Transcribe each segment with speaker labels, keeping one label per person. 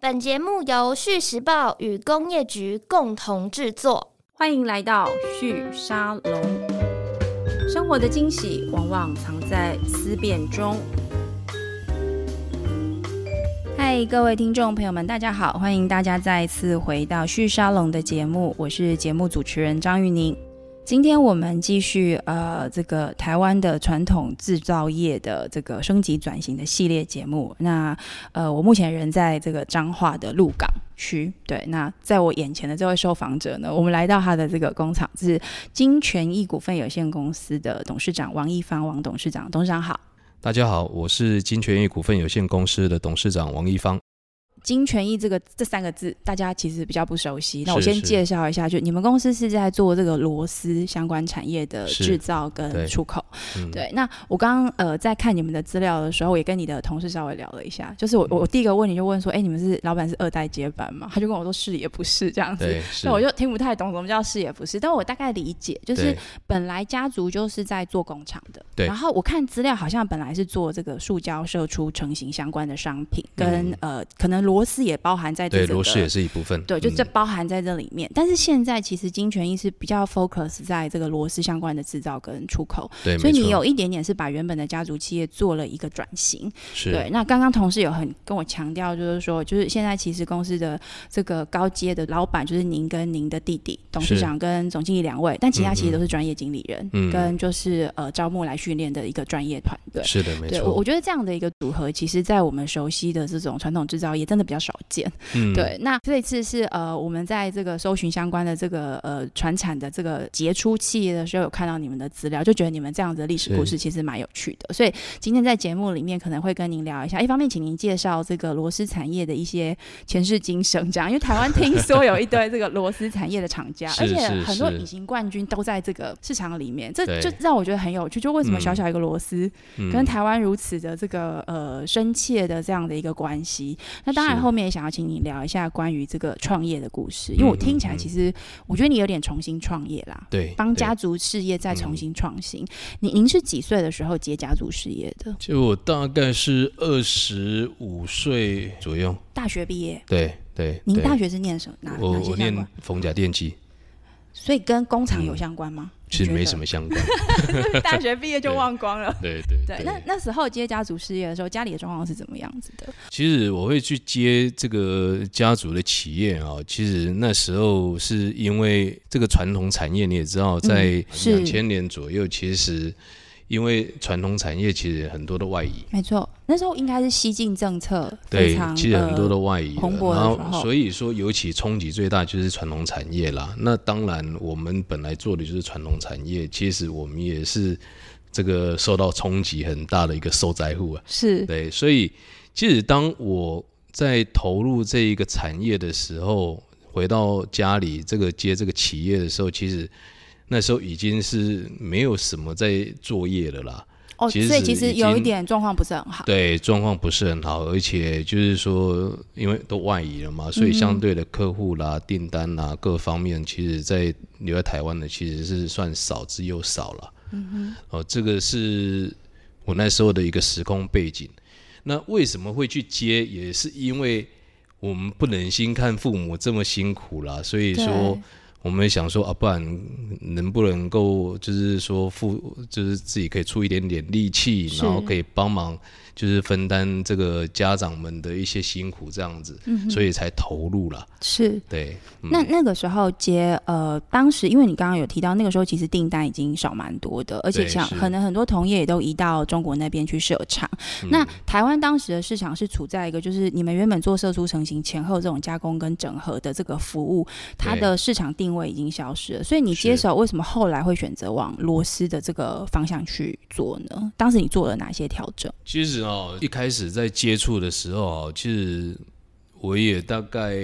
Speaker 1: 本节目由《续时报》与工业局共同制作。
Speaker 2: 欢迎来到旭沙龙。生活的惊喜往往藏在思辨中。嗨，各位听众朋友们，大家好！欢迎大家再次回到旭沙龙的节目，我是节目主持人张玉宁。今天我们继续呃，这个台湾的传统制造业的这个升级转型的系列节目。那呃，我目前人在这个彰化的鹿港区。对，那在我眼前的这位受访者呢，我们来到他的这个工厂，是金泉益股份有限公司的董事长王一芳，王董事长，董事长好。
Speaker 3: 大家好，我是金泉益股份有限公司的董事长王一芳。
Speaker 2: 金权益这个这三个字，大家其实比较不熟悉。那我
Speaker 3: 是
Speaker 2: 先
Speaker 3: 是
Speaker 2: 介绍一下，就你们公司是在做这个螺丝相关产业的
Speaker 3: 是
Speaker 2: 制造跟
Speaker 3: 对
Speaker 2: 出口。
Speaker 3: 嗯，
Speaker 2: 对，那我刚刚呃在看你们的资料的时候，我也跟你的同事稍微聊了一下，就是我
Speaker 3: 嗯
Speaker 2: 我我第一个问题就问说，哎、你们是老板是二代接班吗？他就跟我说是也不是这样子。
Speaker 3: 对，是，
Speaker 2: 那我就听不太懂什么叫是也不是，但我大概理解，就是
Speaker 3: 对
Speaker 2: 本来家族就是在做工厂的，
Speaker 3: 对
Speaker 2: 然后我看资料好像本来是做这个塑胶射出成型相关的商品，跟、呃可能螺丝也包含在这
Speaker 3: 嗯对
Speaker 2: 整个
Speaker 3: 螺丝也是一部分。
Speaker 2: 对，就这
Speaker 3: 嗯
Speaker 2: 包含在这里面。但是现在其实金泉一是比较 focus 在这个螺丝相关的制造跟出口，
Speaker 3: 对，
Speaker 2: 所以
Speaker 3: 没错
Speaker 2: 你有一点点是把原本的家族企业做了一个转型。
Speaker 3: 是
Speaker 2: 对，那刚刚同事有很跟我强调，就是说，就是现在其实公司的这个高阶的老板就是您跟您的弟弟董事
Speaker 3: 是
Speaker 2: 长跟总经理两位，但其他其实
Speaker 3: 嗯嗯
Speaker 2: 都是专业经理人，
Speaker 3: 嗯
Speaker 2: 跟就是呃招募来训练的一个专业团队。
Speaker 3: 是的，没
Speaker 2: 对，我我
Speaker 3: 错。
Speaker 2: 觉得这样的一个组合，其实，在我们熟悉的这种传统制造业，真的比较少见。
Speaker 3: 嗯，
Speaker 2: 对，那这一次是呃，我们在这个搜寻相关的这个呃船产的这个杰出企业的时候，有看到你们的资料，就觉得你们这样子的历史故事
Speaker 3: 是
Speaker 2: 其实蛮有趣的。所以今天在节目里面可能会跟您聊一下，一方面请您介绍这个螺丝产业的一些前世今生，这样，因为台湾听说有一堆这个螺丝产业的厂家，而
Speaker 3: 是
Speaker 2: 且
Speaker 3: 是
Speaker 2: 很多
Speaker 3: 是
Speaker 2: 隐形冠军都在这个市场里面，这
Speaker 3: 对
Speaker 2: 就让我觉得很有趣。就为什么小
Speaker 3: 嗯
Speaker 2: 小一个螺丝，
Speaker 3: 嗯
Speaker 2: 跟台湾如此的这个呃深切的这样的一个关系。那当然，
Speaker 3: 是
Speaker 2: 后面也想要请你聊一下关于这个创业的故事，因为我
Speaker 3: 嗯
Speaker 2: 听起来
Speaker 3: 嗯
Speaker 2: 其实我觉得你有点重新创业啦，
Speaker 3: 对
Speaker 2: 帮
Speaker 3: 对
Speaker 2: 家族事业再重新创新。您您是几岁的时候接家族事业的？
Speaker 3: 就我大概是二十五岁左右。
Speaker 2: 大学毕业。
Speaker 3: 对对，
Speaker 2: 您
Speaker 3: 对
Speaker 2: 大学是啊念什么？哪
Speaker 3: 哦我
Speaker 2: 哪些
Speaker 3: 我
Speaker 2: 相
Speaker 3: 念
Speaker 2: 关？
Speaker 3: 逢甲电机，
Speaker 2: 所以跟工厂有
Speaker 3: 嗯
Speaker 2: 相关吗？
Speaker 3: 其实没什
Speaker 2: 么，
Speaker 3: 么相关。
Speaker 2: 大学毕业就
Speaker 3: 对
Speaker 2: 忘光了。
Speaker 3: 对 对
Speaker 2: 对，那那时候接家族事业的时候，家里的状况是怎么样子的？
Speaker 3: 其实我会去接这个家族的企业啊、其实那时候是因为这个传统产业，你也知道，在
Speaker 2: 是
Speaker 3: 两千年左右，其实因为传统产业其实很多的外移，
Speaker 2: 没错，那时候应该是西进政策非
Speaker 3: 对
Speaker 2: 常，
Speaker 3: 其实很多
Speaker 2: 呃
Speaker 3: 的外移了、
Speaker 2: 蓬勃的时
Speaker 3: 然
Speaker 2: 候
Speaker 3: 后所以说尤其冲击最大就是传统产业啦。那当然，我们本来做的就是传统产业，其实我们也是这个受到冲击很大的一个受灾户啊。
Speaker 2: 是
Speaker 3: 对，所以即使当我在投入这一个产业的时候，回到家里这个接这个企业的时候，其实那时候已经是没有什么在作业了啦。
Speaker 2: 哦，
Speaker 3: 其实
Speaker 2: 所以
Speaker 3: 是
Speaker 2: 其实
Speaker 3: 已
Speaker 2: 有一
Speaker 3: 经
Speaker 2: 点状况不是很好。
Speaker 3: 对，状况不是很好，而且就是说，因为都外移了嘛，所以相对的客户啦、订单啦各方面，其实在留在台湾的其实是算少之又少了。嗯哼，哦，这个是我那时候的一个时空背景。那为什么会去接，也是因为我们不忍心看父母这么辛苦啦，所以说
Speaker 2: 对。
Speaker 3: 我们想说啊，不然能不能够就是说付，就是自己可以出一点点力气，
Speaker 2: 是
Speaker 3: 然后可以帮忙，就是分担这个家长们的一些辛苦这样子，所以才投入了。
Speaker 2: 是。
Speaker 3: 对，嗯
Speaker 2: 那那个时候接呃，当时因为你刚刚有提到，那个时候其实订单已经少蛮多的，而且
Speaker 3: 对
Speaker 2: 像
Speaker 3: 是
Speaker 2: 可能很多同业也都移到中国那边去设厂。
Speaker 3: 嗯
Speaker 2: 那台湾当时的市场是处在一个就是你们原本做射出成型前后这种加工跟整合的这个服务，它
Speaker 3: 对
Speaker 2: 的市场定位已经消失了，所以你接
Speaker 3: 是
Speaker 2: 手为什么后来会选择往螺丝的这个方向去做呢？当时你做了哪些调整？
Speaker 3: 其实哦，一开始在接触的时候哦，其实我也大概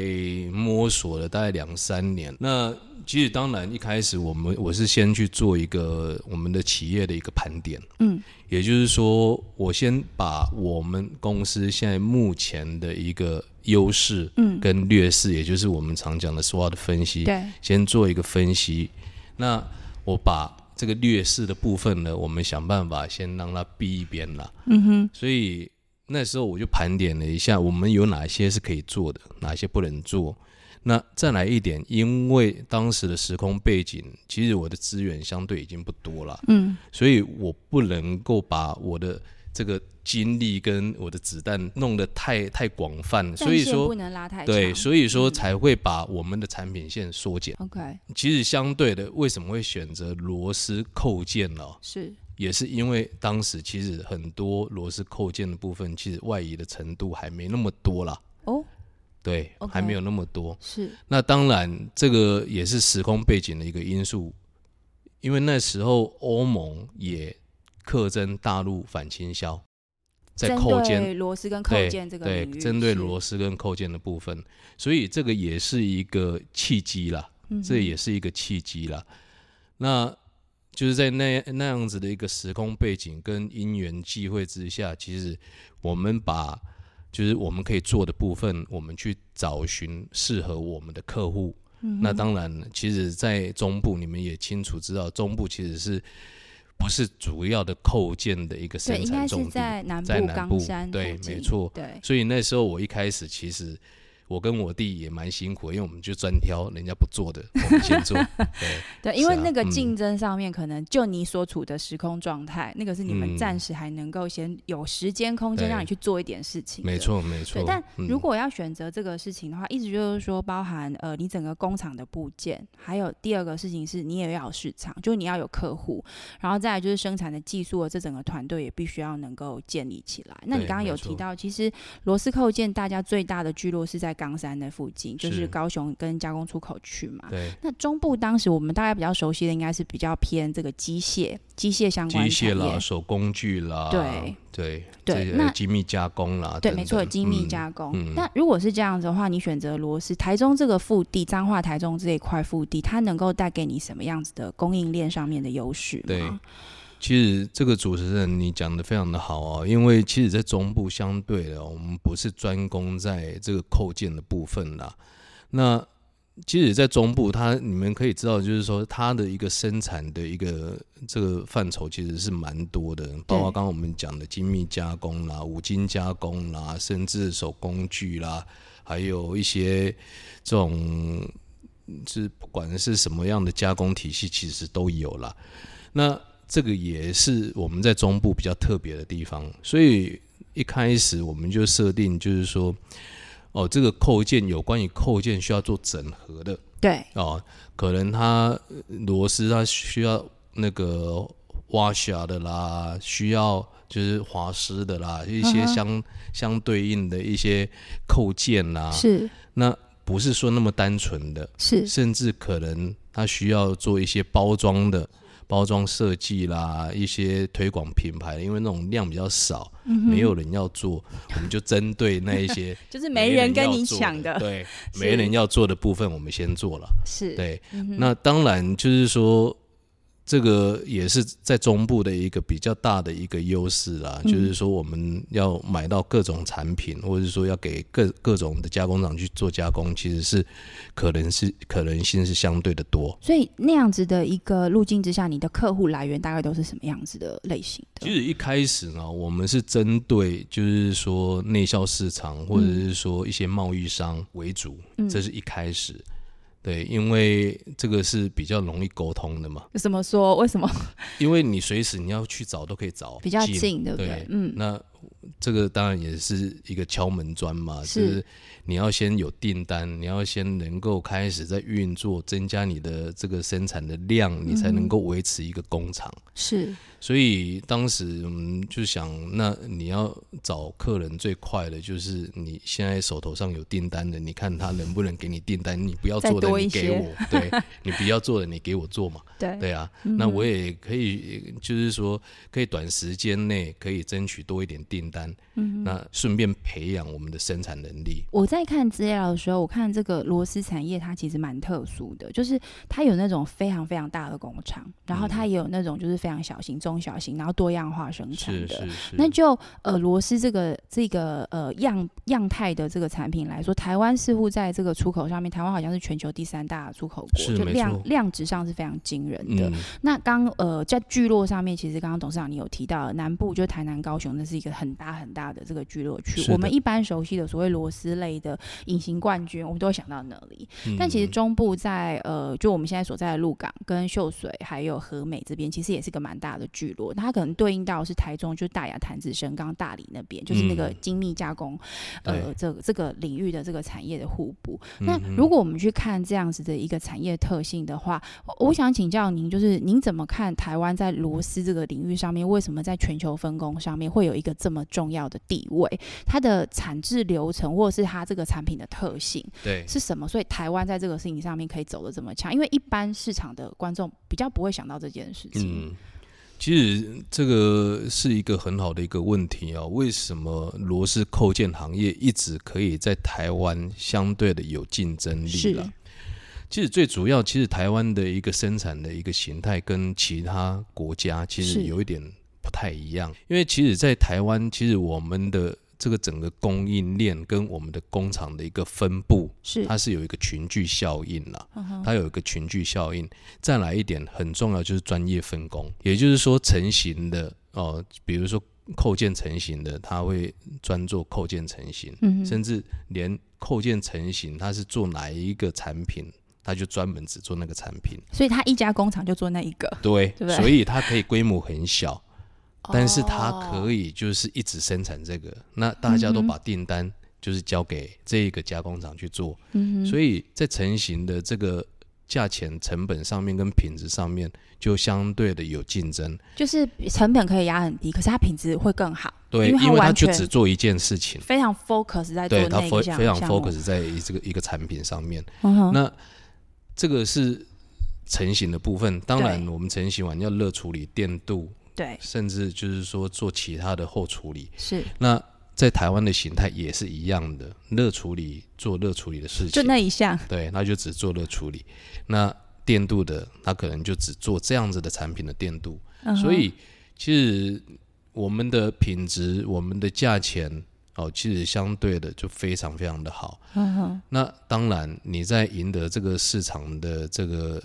Speaker 3: 摸索了大概两三年。那其实当然一开始我们我是先去做一个我们的企业的一个盘点，
Speaker 2: 嗯，
Speaker 3: 也就是说，我先把我们公司现在目前的一个优势，
Speaker 2: 嗯
Speaker 3: 跟劣势，也就是我们常讲的 SWOT 分析，
Speaker 2: 对，
Speaker 3: 先做一个分析。那我把这个劣势的部分呢，我们想办法先让它避一边啦。嗯哼。所以那时候我就盘点了一下，我们有哪些是可以做的，哪些不能做。那再来一点，因为当时的时空背景，其实我的资源相对已经不多了，
Speaker 2: 嗯，
Speaker 3: 所以我不能够把我的这个精力跟我的子弹弄得太太广泛，所
Speaker 2: 战
Speaker 3: 以
Speaker 2: 线不
Speaker 3: 说
Speaker 2: 能拉太长。嗯
Speaker 3: 对，所以说才会把我们的产品线缩减。
Speaker 2: OK
Speaker 3: 其实相对的，为什么会选择螺丝扣件呢、
Speaker 2: 是
Speaker 3: 也是因为当时其实很多螺丝扣件的部分，其实外移的程度还没那么多啦，
Speaker 2: 哦
Speaker 3: 对
Speaker 2: OK
Speaker 3: 还没有那么多。
Speaker 2: 是
Speaker 3: 那当然，这个也是时空背景的一个因素，因为那时候欧盟也课征大陆反倾销，在
Speaker 2: 针
Speaker 3: 扣件
Speaker 2: 对螺丝跟扣
Speaker 3: 对
Speaker 2: 件这个
Speaker 3: 对
Speaker 2: 领域
Speaker 3: 针对
Speaker 2: 是
Speaker 3: 螺丝跟扣件的部分，所以这个也是一个契机啦。
Speaker 2: 嗯
Speaker 3: 这也是一个契机啦。那就是在那那样子的一个时空背景跟因缘际会之下，其实我们把就是我们可以做的部分，我们去找寻适合我们的客户。
Speaker 2: 嗯
Speaker 3: 那当然，其实，在中部你们也清楚知道，中部其实是不是主要的扣件的一个
Speaker 2: 对
Speaker 3: 生
Speaker 2: 应
Speaker 3: 产
Speaker 2: 该
Speaker 3: 重
Speaker 2: 是
Speaker 3: 地？
Speaker 2: 在南
Speaker 3: 在南
Speaker 2: 冈
Speaker 3: 部
Speaker 2: 山
Speaker 3: 对
Speaker 2: 附，
Speaker 3: 没
Speaker 2: 近
Speaker 3: 错。
Speaker 2: 对
Speaker 3: 所以那时候我一开始其实我跟我弟也蛮辛苦，因为我们就专挑人家不做的，我们先 做。对，
Speaker 2: 对，因为
Speaker 3: 是啊
Speaker 2: 那个
Speaker 3: 嗯
Speaker 2: 竞争上面，可能就你所处的时空状态，那个是你们
Speaker 3: 嗯
Speaker 2: 暂时还能够先有时间空间
Speaker 3: 对
Speaker 2: 让你去做一点事情，
Speaker 3: 没。错没
Speaker 2: 对
Speaker 3: 错，。
Speaker 2: 但
Speaker 3: 嗯
Speaker 2: 如果要选择这个事情的话，一直就是说包含呃你整个工厂的部件，还有第二个事情是你也要有市场，就是你要有客户，然后再来就是生产的技术的这整个团队也必须要能够建立起来。那你
Speaker 3: 对
Speaker 2: 刚刚
Speaker 3: 没
Speaker 2: 有
Speaker 3: 错
Speaker 2: 提到，其实螺丝扣件大家最大的聚落是在冈山的附近，就是
Speaker 3: 是
Speaker 2: 高雄跟加工出口区嘛。
Speaker 3: 对
Speaker 2: 那中部当时我们大概比较熟悉的，应该是比较偏这个机械、机械相
Speaker 3: 机
Speaker 2: 关产
Speaker 3: 械啦、
Speaker 2: 业。
Speaker 3: 手工具啦，
Speaker 2: 对
Speaker 3: 对
Speaker 2: 对
Speaker 3: 这些
Speaker 2: 那
Speaker 3: 精密加工啦，
Speaker 2: 对，
Speaker 3: 等
Speaker 2: 没错，
Speaker 3: 等
Speaker 2: 精密
Speaker 3: 嗯
Speaker 2: 加工。
Speaker 3: 嗯
Speaker 2: 那如果是这样子的话，你选择螺丝，台中这个腹地，彰化台中这一块腹地，它能够带给你什么样子的供应链上面的优势吗？
Speaker 3: 对其实这个主持人你讲的非常的好哦，因为其实，在中部相对的，我们不是专攻在这个扣件的部分啦。那其实，在中部，它你们可以知道，就是说它的一个生产的一个这个范畴其实是蛮多的，包括刚刚我们讲的精密加工啦、五金加工啦，甚至手工具啦，还有一些这种是不管是什么样的加工体系，其实都有啦。那这个也是我们在中部比较特别的地方，所以一开始我们就设定就是说，哦，这个扣件有关于扣件需要做整合的
Speaker 2: 对
Speaker 3: 哦，可能它呃螺丝它需要那个挖下的啦，需要就是滑丝的啦，一些
Speaker 2: 嗯哼
Speaker 3: 相、相对应的一些扣件啦，
Speaker 2: 是
Speaker 3: 那不是说那么单纯的，
Speaker 2: 是
Speaker 3: 甚至可能它需要做一些包装的包装设计啦，一些推广品牌，因为那种量比较少，
Speaker 2: 嗯
Speaker 3: 没有人要做，我们就针对那一些
Speaker 2: 就是 没人跟你
Speaker 3: 要做
Speaker 2: 抢的，
Speaker 3: 对，
Speaker 2: 是
Speaker 3: 没人要做的部分，我们先做了。
Speaker 2: 是，
Speaker 3: 对，那当然就是说，这个也是在中部的一个比较大的一个优势啦，就是说我们要买到各种产品，或者说要给各各种的加工厂去做加工，其实是可能是可能性是相对的多。
Speaker 2: 所以那样子的一个路径之下，你的客户来源大概都是什么样子的类型的？
Speaker 3: 其实一开始呢，我们是针对就是说内销市场或者是说一些贸易商为主，
Speaker 2: 嗯
Speaker 3: 这是一开始。对，因为这个是比较容易沟通的嘛，
Speaker 2: 怎么说？为什么
Speaker 3: 因为你随时你要去找都可以找，
Speaker 2: 比较近，对不对
Speaker 3: 对？
Speaker 2: 嗯，
Speaker 3: 那这个当然也是一个敲门砖嘛，就是是你要先有订单，你要先能够开始在运作，增加你的这个生产的量，你才能够维持一个工厂。
Speaker 2: 嗯是
Speaker 3: 所以当时我们就想，那你要找客人最快的就是你现在手头上有订单的，你看他能不能给你订单？你不要
Speaker 2: 再
Speaker 3: 做的
Speaker 2: 多一
Speaker 3: 你
Speaker 2: 些
Speaker 3: 给我，对你不要做的你给我做嘛。
Speaker 2: 对
Speaker 3: 对啊，
Speaker 2: 嗯
Speaker 3: 那我也可以，呃就是说可以短时间内可以争取多一点订单，
Speaker 2: 嗯
Speaker 3: 那顺便培养我们的生产能力。
Speaker 2: 我在看资料的时候，我看这个螺丝产业它其实蛮特殊的，就是它有那种非常非常大的工厂，然后
Speaker 3: 嗯
Speaker 2: 它也有那种就是非常小型、中小型，然后多样化生产
Speaker 3: 是
Speaker 2: 的。
Speaker 3: 是是，
Speaker 2: 那就呃螺丝这个这个呃样样态的这个产品来说，台湾似乎在这个出口上面，台湾好像是全球第三大出口国，
Speaker 3: 是
Speaker 2: 就
Speaker 3: 没
Speaker 2: 量
Speaker 3: 错
Speaker 2: 量值上是非常惊人的。
Speaker 3: 嗯，
Speaker 2: 那刚呃在聚落上面，其实刚刚董事长你有提到南部就台南、高雄，那是一个很很大很大的这个聚落
Speaker 3: 是
Speaker 2: 区。
Speaker 3: 的
Speaker 2: 我们一般熟悉的所谓螺丝类的隐形冠军，我们都会想到那里。
Speaker 3: 嗯
Speaker 2: 但其实中部在呃，就我们现在所在的鹿港、跟秀水还有和美这边，其实也是个蛮大的聚落。它可能对应到是台中，就是大雅、潭子、神冈、大理那边，就是那个
Speaker 3: 嗯
Speaker 2: 精密加工，呃，
Speaker 3: 对
Speaker 2: 这这个领域的这个产业的互补。
Speaker 3: 嗯
Speaker 2: 那如果我们去看这样子的一个产业特性的话，我我想请教您，就是您怎么看台湾在
Speaker 3: 嗯
Speaker 2: 螺丝这个领域上面，为什么在全球分工上面会有一个这么重要的地位？它的产制流程，或者是它这个产品的特性，
Speaker 3: 对
Speaker 2: 是什么？所以台湾在这个事情上面可以走得这么强，因为一般市场的观众比较不会想到这件事情。
Speaker 3: 嗯，其实这个是一个很好的一个问题啊，为什么螺丝扣件行业一直可以在台湾相对的有竞争力
Speaker 2: 是
Speaker 3: 了？其实最主要，其实台湾的一个生产的一个形态跟其他国家其
Speaker 2: 是
Speaker 3: 实有一点不太一样，因为其实，在台湾，其实我们的这个整个供应链跟我们的工厂的一个分布，
Speaker 2: 是嗯
Speaker 3: 它是有一个群聚效应啦，它有一个群聚效应。再来一点很重要就是专业分工，也就是说成型的哦、比如说扣件成型的，它会专做扣件成型，
Speaker 2: 嗯哼，
Speaker 3: 甚至连扣件成型它是做哪一个产品，它就专门只做那个产品。
Speaker 2: 所以他一家工厂就做那一个，
Speaker 3: 对，
Speaker 2: 对不哦对
Speaker 3: 所以它可以规模很小，但是它可
Speaker 1: 哦
Speaker 2: 以
Speaker 3: 以就是一直生产这个，那大家都
Speaker 2: 嗯
Speaker 3: 把订单就是交给这一个加工厂去做，
Speaker 2: 嗯
Speaker 3: 所以在成型的这个价钱、成本上面跟品质上面就相对的有竞争，
Speaker 2: 就是成本可以压很低，可是它品质会更好，
Speaker 3: 对，
Speaker 2: 因为它
Speaker 3: 因为它
Speaker 2: 完
Speaker 3: 就
Speaker 2: 全
Speaker 3: 只做一件事情，
Speaker 2: 非常 focus 在做
Speaker 3: 对，它
Speaker 2: 那
Speaker 3: fo-
Speaker 2: 一项
Speaker 3: 非常
Speaker 2: 项目
Speaker 3: focus 在一这个一个产品上面，
Speaker 2: 嗯哼
Speaker 3: 那这个是成型的部分，当
Speaker 2: 对
Speaker 3: 然我们成型完要热处理、电镀，
Speaker 2: 对，
Speaker 3: 甚至就是说做其他的后处理。
Speaker 2: 是
Speaker 3: 那在台湾的形态也是一样的，热处理做热处理的事
Speaker 2: 就
Speaker 3: 情，
Speaker 2: 那一项，
Speaker 3: 对，那就只做热处理。那电镀的，他可能就只做这样子的产品的电镀。
Speaker 2: 嗯哼
Speaker 3: 所以其实我们的品质、我们的价钱，哦，其实相对的就非常非常的好。
Speaker 2: 嗯哼
Speaker 3: 那当然，你在赢得这个市场的这个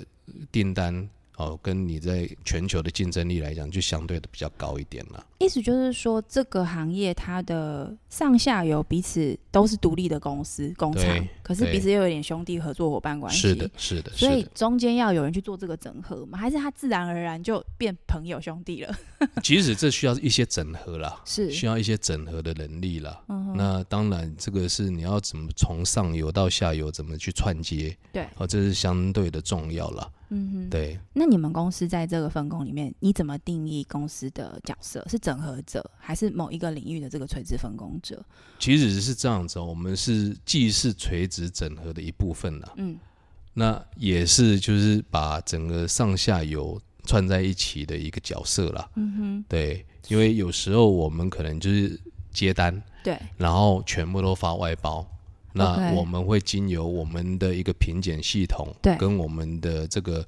Speaker 3: 订单。哦，跟你在全球的竞争力来讲，就相对的比较高一点了。
Speaker 2: 意思就是说，这个行业它的上下游彼此都是独立的公司工厂
Speaker 3: 对，
Speaker 2: 可是
Speaker 3: 对
Speaker 2: 彼此又有点兄弟合作伙伴关系。
Speaker 3: 是的，，是的，是
Speaker 2: 所
Speaker 3: 的。
Speaker 2: 以中间要有人去做这个整合嘛，还是它自然而然就变朋友兄弟了？
Speaker 3: 即使这需要一些整合啦，
Speaker 2: 是嗯
Speaker 3: 需要一些整合的能力啦。那当然，这个是你要怎么从上游到下游怎么去串接，
Speaker 2: 对
Speaker 3: 哦，这是相对的重要啦。
Speaker 2: 嗯哼。
Speaker 3: 对，
Speaker 2: 那你们公司在这个分工里面，你怎么定义公司的角色？是整合者，还是某一个领域的这个垂直分工者？
Speaker 3: 其实是这样子哦，我们是既是垂直整合的一部分啦，
Speaker 2: 嗯，
Speaker 3: 那也是就是把整个上下游串在一起的一个角色啦。嗯哼，对，因为有时候我们可能就是接单，
Speaker 2: 对，
Speaker 3: 然后全部都发外包。那
Speaker 2: OK
Speaker 3: 我们会经由我们的一个品检系统，
Speaker 2: 对
Speaker 3: 跟我们的这个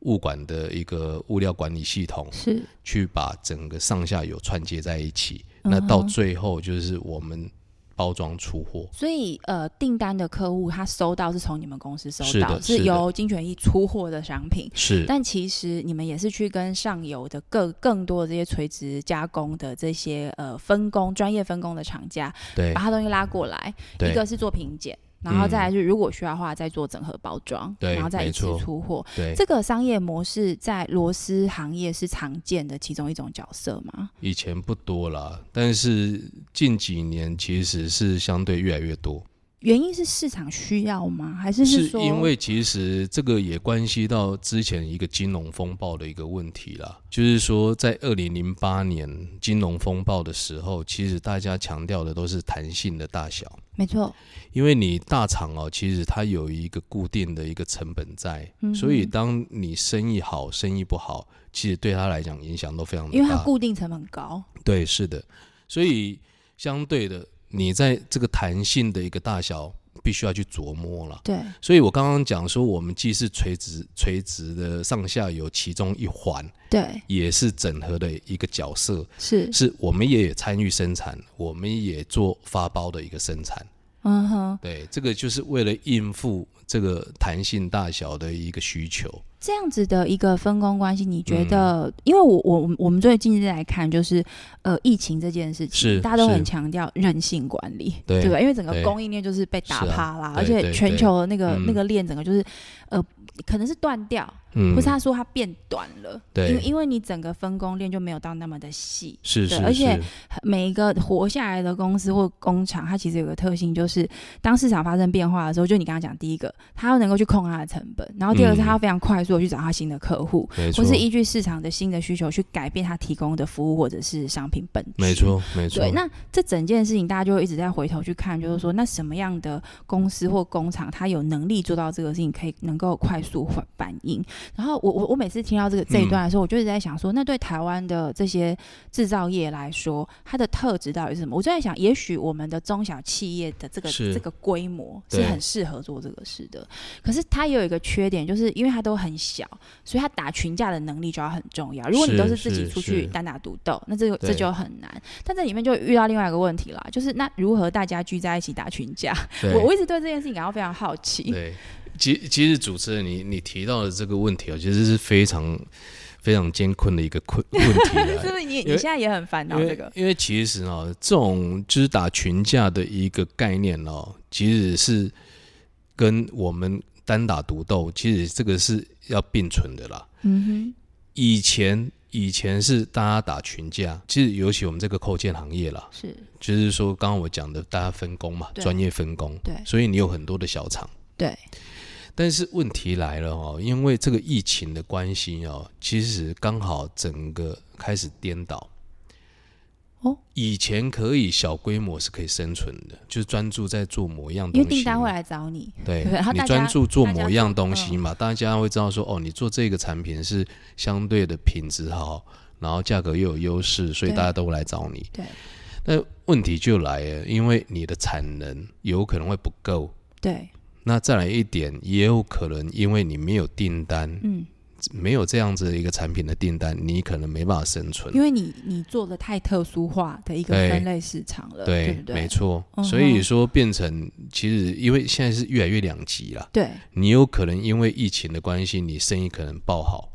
Speaker 3: 物管的一个物料管理系统，
Speaker 2: 是
Speaker 3: 去把整个上下游串接在一起。
Speaker 2: 嗯
Speaker 3: 那到最后就是我们包装出货，
Speaker 2: 所以呃，订单的客户他收到是从你们公司收
Speaker 3: 是的
Speaker 2: 到，
Speaker 3: 是的
Speaker 2: 由精选一出货的商品。
Speaker 3: 是
Speaker 2: 但其实你们也是去跟上游的更更多的这些垂直加工的这些呃分工专业分工的厂家，
Speaker 3: 对
Speaker 2: 把他东西拉过来，啊一
Speaker 3: 对
Speaker 2: 个是做品检，然后
Speaker 3: 嗯
Speaker 2: 再来是如果需要的话再做整合包装，
Speaker 3: 对
Speaker 2: 然后再
Speaker 3: 没
Speaker 2: 一次
Speaker 3: 错
Speaker 2: 出货。
Speaker 3: 对，
Speaker 2: 这个商业模式在螺丝行业是常见的其中一种角色吗？
Speaker 3: 以前不多啦，但是近几年其实是相对越来越多。
Speaker 2: 原因是市场需要吗？还是
Speaker 3: 是
Speaker 2: 说
Speaker 3: 因为其实这个也关系到之前一个金融风暴的一个问题啦，就是说在二零零八年金融风暴的时候，其实大家强调的都是弹性的大小，
Speaker 2: 没错，
Speaker 3: 因为你大厂哦，其实它有一个固定的一个成本在，
Speaker 2: 嗯
Speaker 3: 所以当你生意好，生意不好，其实对他来讲影响都非常的大，
Speaker 2: 因为它固定成本高，
Speaker 3: 对，是的，所以相对的，你在这个弹性的一个大小，必须要去琢磨了。
Speaker 2: 对，
Speaker 3: 所以我刚刚讲说，我们既是垂直垂直的上下游其中一环，
Speaker 2: 对，
Speaker 3: 也是整合的一个角色，
Speaker 2: 是，
Speaker 3: 是我们也参与生产，我们也做发包的一个生产。
Speaker 2: 嗯哼，
Speaker 3: 对，这个就是为了应付这个弹性大小的一个需求。
Speaker 2: 这样子的一个分工关系，你觉得？
Speaker 3: 嗯
Speaker 2: 因为我我我们最近来看，就是呃，疫情这件事情，
Speaker 3: 是
Speaker 2: 大家都很
Speaker 3: 是
Speaker 2: 强调韧性管理，
Speaker 3: 对
Speaker 2: 吧？因为整个
Speaker 3: 对
Speaker 2: 供应链就是被打
Speaker 3: 是啊
Speaker 2: 趴啦，
Speaker 3: 对
Speaker 2: 而且
Speaker 3: 对
Speaker 2: 全球的那个
Speaker 3: 对嗯
Speaker 2: 那个链整个就是呃，可能是断掉，
Speaker 3: 嗯，
Speaker 2: 或是啊他说它变短了，
Speaker 3: 对
Speaker 2: 因为因为你整个分工链就没有到那么的细，
Speaker 3: 是是
Speaker 2: 对
Speaker 3: 是，
Speaker 2: 而且每一个活下来的公司或工厂，它其实有个特性，就是当市场发生变化的时候，就你刚刚讲，第一个，它要能够去控它的成本，然后第二个是
Speaker 3: 嗯
Speaker 2: 它要非常快速的去找它新的客户，
Speaker 3: 没错
Speaker 2: 或是依据市场的新的需求去改变它提供的服务或者是商品本质。
Speaker 3: 没。错没错，
Speaker 2: 对，那这整件事情大家就会一直在回头去看，就是说，那什么样的公司或工厂，它有能力做到这个事情，可以能够快速反反应。然后我我我每次听到这个这一段
Speaker 3: 嗯
Speaker 2: 的时候，我就一直在想说，那对台湾的这些制造业来说，它的特质到底是什么？我就在想，也许我们的中小企业的这个
Speaker 3: 是
Speaker 2: 这个规模是
Speaker 3: 对
Speaker 2: 很适合做这个事的，可是它也有一个缺点，就是因为它都很小，所以它打群架的能力就要很重要。如果你
Speaker 3: 是
Speaker 2: 都是自己
Speaker 3: 是
Speaker 2: 出去
Speaker 3: 是
Speaker 2: 单打独斗，那这个这
Speaker 3: 对
Speaker 2: 就很难。但这里面就遇到另外一个问题啦，就是那如何大家聚在一起打群架？
Speaker 3: 对
Speaker 2: 我我一直对这件事情感到非常好奇。
Speaker 3: 对，其其实主持人你你提到的这个问题啊，其实是非常非常艰困的一个困问 题来
Speaker 2: 是不是你
Speaker 3: 因
Speaker 2: 你
Speaker 3: 为
Speaker 2: 现在也很烦恼
Speaker 3: 因
Speaker 2: 这
Speaker 3: 为
Speaker 2: 个？
Speaker 3: 因为其实啊，这种就是打群架的一个概念哦，其实是跟我们单打独斗，其实这个是要并存的啦。
Speaker 2: 嗯
Speaker 3: 以前以前是大家打群架，其实尤其我们这个扣件行业啦
Speaker 2: 哼，，是
Speaker 3: 就是说刚刚我讲的大家分工嘛，
Speaker 2: 对
Speaker 3: 专业分工，
Speaker 2: 对
Speaker 3: 所以你有很多的小厂。
Speaker 2: 对，
Speaker 3: 但是问题来了哦，因为这个疫情的关系哦，其实刚好整个开始颠倒。
Speaker 2: 哦，
Speaker 3: 以前可以小规模是可以生存的，就是专注在做某样东
Speaker 2: 因
Speaker 3: 西
Speaker 2: 为
Speaker 3: 嘛。
Speaker 2: 订单会来找你，
Speaker 3: 对
Speaker 2: 对然后，
Speaker 3: 你
Speaker 2: 大家
Speaker 3: 专注做
Speaker 2: 大家
Speaker 3: 某
Speaker 2: 做
Speaker 3: 样东西嘛，大家会知道说，哦，你做这个产品是相对的品质好，然后价格又有优势，所以
Speaker 2: 对
Speaker 3: 大家都会来找你。
Speaker 2: 对
Speaker 3: 那问题就来了，因为你的产能有可能会不够，
Speaker 2: 对，
Speaker 3: 那再来一点，也有可能因为你没有订单，
Speaker 2: 嗯，
Speaker 3: 没有这样子的一个产品的订单，你可能没办法生存
Speaker 2: 因。为你你做的太特殊化的一个
Speaker 3: 嗯对
Speaker 2: 分类市场了，
Speaker 3: 对，
Speaker 2: 不对？
Speaker 3: 没，错。
Speaker 2: 嗯哼
Speaker 3: 所以说变成其实因为现在是越来越两极啦，
Speaker 2: 对
Speaker 3: 你有可能因为疫情的关系，你生意可能爆好，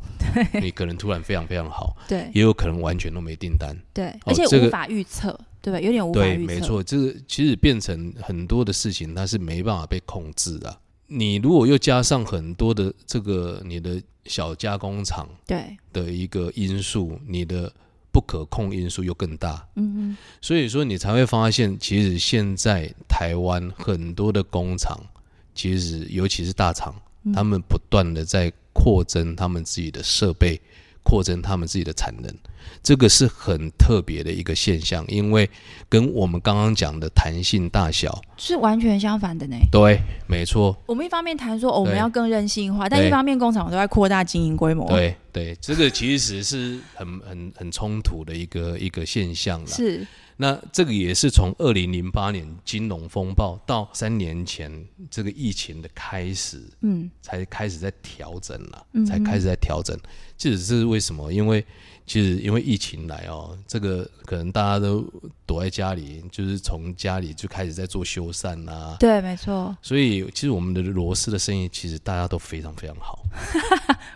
Speaker 3: 你可能突然非常非常好，
Speaker 2: 对
Speaker 3: 也有可能完全都没订单。
Speaker 2: 对，而且
Speaker 3: 这个
Speaker 2: 无法预测，对吧？有点无法
Speaker 3: 对，
Speaker 2: 预测，
Speaker 3: 没错，这个其实变成很多的事情，它是没办法被控制的啊。你如果又加上很多的这个你的小加工厂。
Speaker 2: 对，
Speaker 3: 的一个因素，你的不可控因素又更大，
Speaker 2: 嗯
Speaker 3: 所以说你才会发现，其实现在台湾很多的工厂，其实尤其是大厂，他们不断的在扩增他们自己的设备，扩增他们自己的产能，这个是很特别的一个现象，因为跟我们刚刚讲的弹性大小，
Speaker 2: 哼，是完全相反的呢。
Speaker 3: 对，没错，
Speaker 2: 我们一方面谈说、哦我们
Speaker 3: 对
Speaker 2: 要更任性化，但
Speaker 3: 对
Speaker 2: 一方面工厂都在扩大经营规模，，
Speaker 3: 对对，这个其实是很很很冲突的一个一个现象啦。
Speaker 2: 是，
Speaker 3: 那这个也是从二零零八年金融风暴到三年前这个疫情的开始，
Speaker 2: 嗯，
Speaker 3: 才开始在调整了，
Speaker 2: 嗯
Speaker 3: 才开始在调整。其实这是为什么？因为其实因为疫情来哦，这个可能大家都躲在家里，就是从家里就开始在做修缮啊。
Speaker 2: 对，没错，
Speaker 3: 所以其实我们的螺丝的生意，其实大家都非常非常好。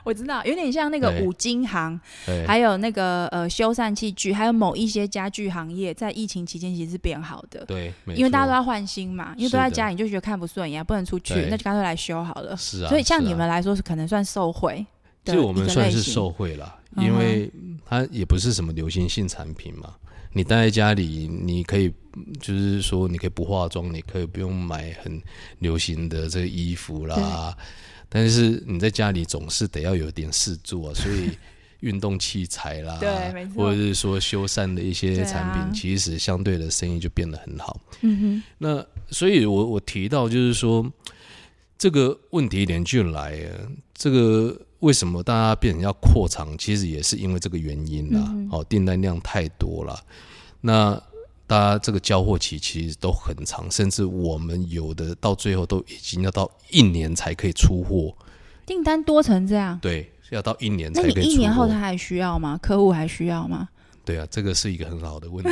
Speaker 2: 我知道，有点像那个
Speaker 3: 对
Speaker 2: 五金行，
Speaker 3: 对，
Speaker 2: 还有那个呃修缮器具，还有某一些家具行业，在疫情期间其实是变好的。
Speaker 3: 对，没
Speaker 2: 因为大家都
Speaker 3: 错
Speaker 2: 要换新嘛，因为
Speaker 3: 是
Speaker 2: 都在
Speaker 3: 的
Speaker 2: 家，你就觉得看不顺眼，不能出去，
Speaker 3: 对
Speaker 2: 那就干脆来修好了。
Speaker 3: 是啊，
Speaker 2: 所以像
Speaker 3: 是啊
Speaker 2: 你们来说，是可能算受贿的
Speaker 3: 其实我们
Speaker 2: 一个
Speaker 3: 算
Speaker 2: 类
Speaker 3: 是
Speaker 2: 型
Speaker 3: 受惠啦，
Speaker 2: 嗯哼
Speaker 3: 因为它也不是什么流行性产品嘛。你待在家里，你可以嗯就是说，你可以不化妆，你可以不用买很流行的这个衣服啦。但是你在家里总是得要有点事做啊，所以运动器材啦，
Speaker 2: 对没错
Speaker 3: 或者是说修缮的一
Speaker 2: 对
Speaker 3: 些
Speaker 2: 啊
Speaker 3: 产品，其实相对的生意就变得很好。
Speaker 2: 嗯
Speaker 3: 那所以我，我提到就是说，这个问题点就来了，这个为什么大家变成要扩厂，其实也是因为这个原因啦。哦，订单量太多了，那大家这个交货期其实都很长，甚至我们有的到最后都已经要到一年才可以出货，
Speaker 2: 哼，订单多成这样，
Speaker 3: 对，要到一年
Speaker 2: 那
Speaker 3: 嗯才
Speaker 2: 你
Speaker 3: 可以出货。
Speaker 2: 一年后他还需要吗？客户还需要吗？
Speaker 3: 对啊，这个是一个很好的问题。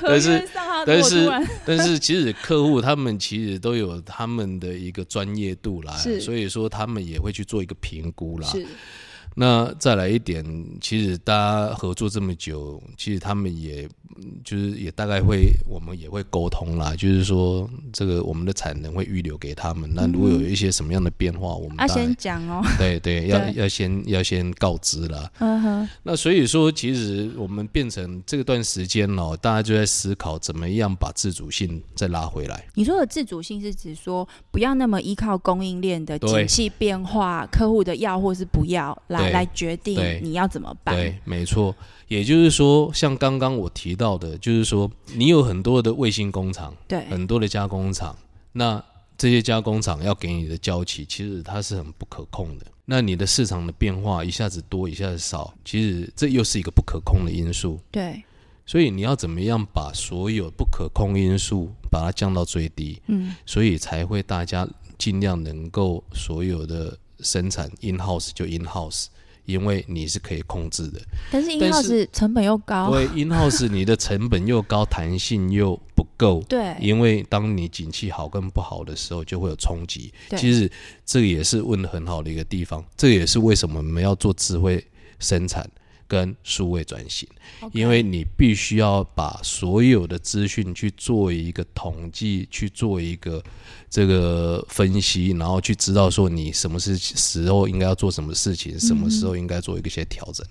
Speaker 2: 合约
Speaker 3: 是
Speaker 2: 上他
Speaker 3: 但
Speaker 2: 如果
Speaker 3: 是
Speaker 2: 突然
Speaker 3: 但是其实客户他们其实都有他们的一个专业度啦
Speaker 2: 是，
Speaker 3: 所以说他们也会去做一个评估啦。
Speaker 2: 是
Speaker 3: 那再来一点，其实大家合作这么久，其实他们也嗯就是也大概会，我们也会沟通啦，就是说这个我们的产能会预留给他们。那如果有一些什么样的变化，我们
Speaker 2: 啊，
Speaker 3: 当然、
Speaker 2: 先讲哦，
Speaker 3: 对对，要
Speaker 2: 对
Speaker 3: 要先要先告知啦。
Speaker 2: 嗯哼，
Speaker 3: 那所以说，其实我们变成这段时间哦，大家就在思考怎么样把自主性再拉回来。
Speaker 2: 你说的自主性是指说不要那么依靠供应链的
Speaker 3: 对
Speaker 2: 景气变化、客户的要或是不要来
Speaker 3: 对
Speaker 2: 来决定
Speaker 3: 对
Speaker 2: 你要怎么办。
Speaker 3: 对，没错。也就是说，像刚刚我提到的，就是说你有很多的卫星工厂，
Speaker 2: 对
Speaker 3: 很多的加工厂，那这些加工厂要给你的交期，其实它是很不可控的。那你的市场的变化一下子多，一下子少，其实这又是一个不可控的因素。
Speaker 2: 对
Speaker 3: 所以你要怎么样把所有不可控因素把它降到最低？
Speaker 2: 嗯，
Speaker 3: 所以才会大家尽量能够所有的生产 in house 就 in house，因为你是可以控制的。
Speaker 2: 但是因为
Speaker 3: 但
Speaker 2: o
Speaker 3: 是
Speaker 2: u 成本又高，
Speaker 3: 对 in house 你的成本又高，弹性又不够。
Speaker 2: 对
Speaker 3: 因为当你景气好跟不好的时候，就会有冲击。
Speaker 2: 对
Speaker 3: 其实这个也是问的很好的一个地方，这也是为什么我们要做智慧生产跟数位转型。因为你必须要把所有的资讯去做一个统计，去做一个这个分析，然后去知道说你什么是时候应该要做什么事情，什么
Speaker 2: 嗯
Speaker 3: 时候应该做一个些调整。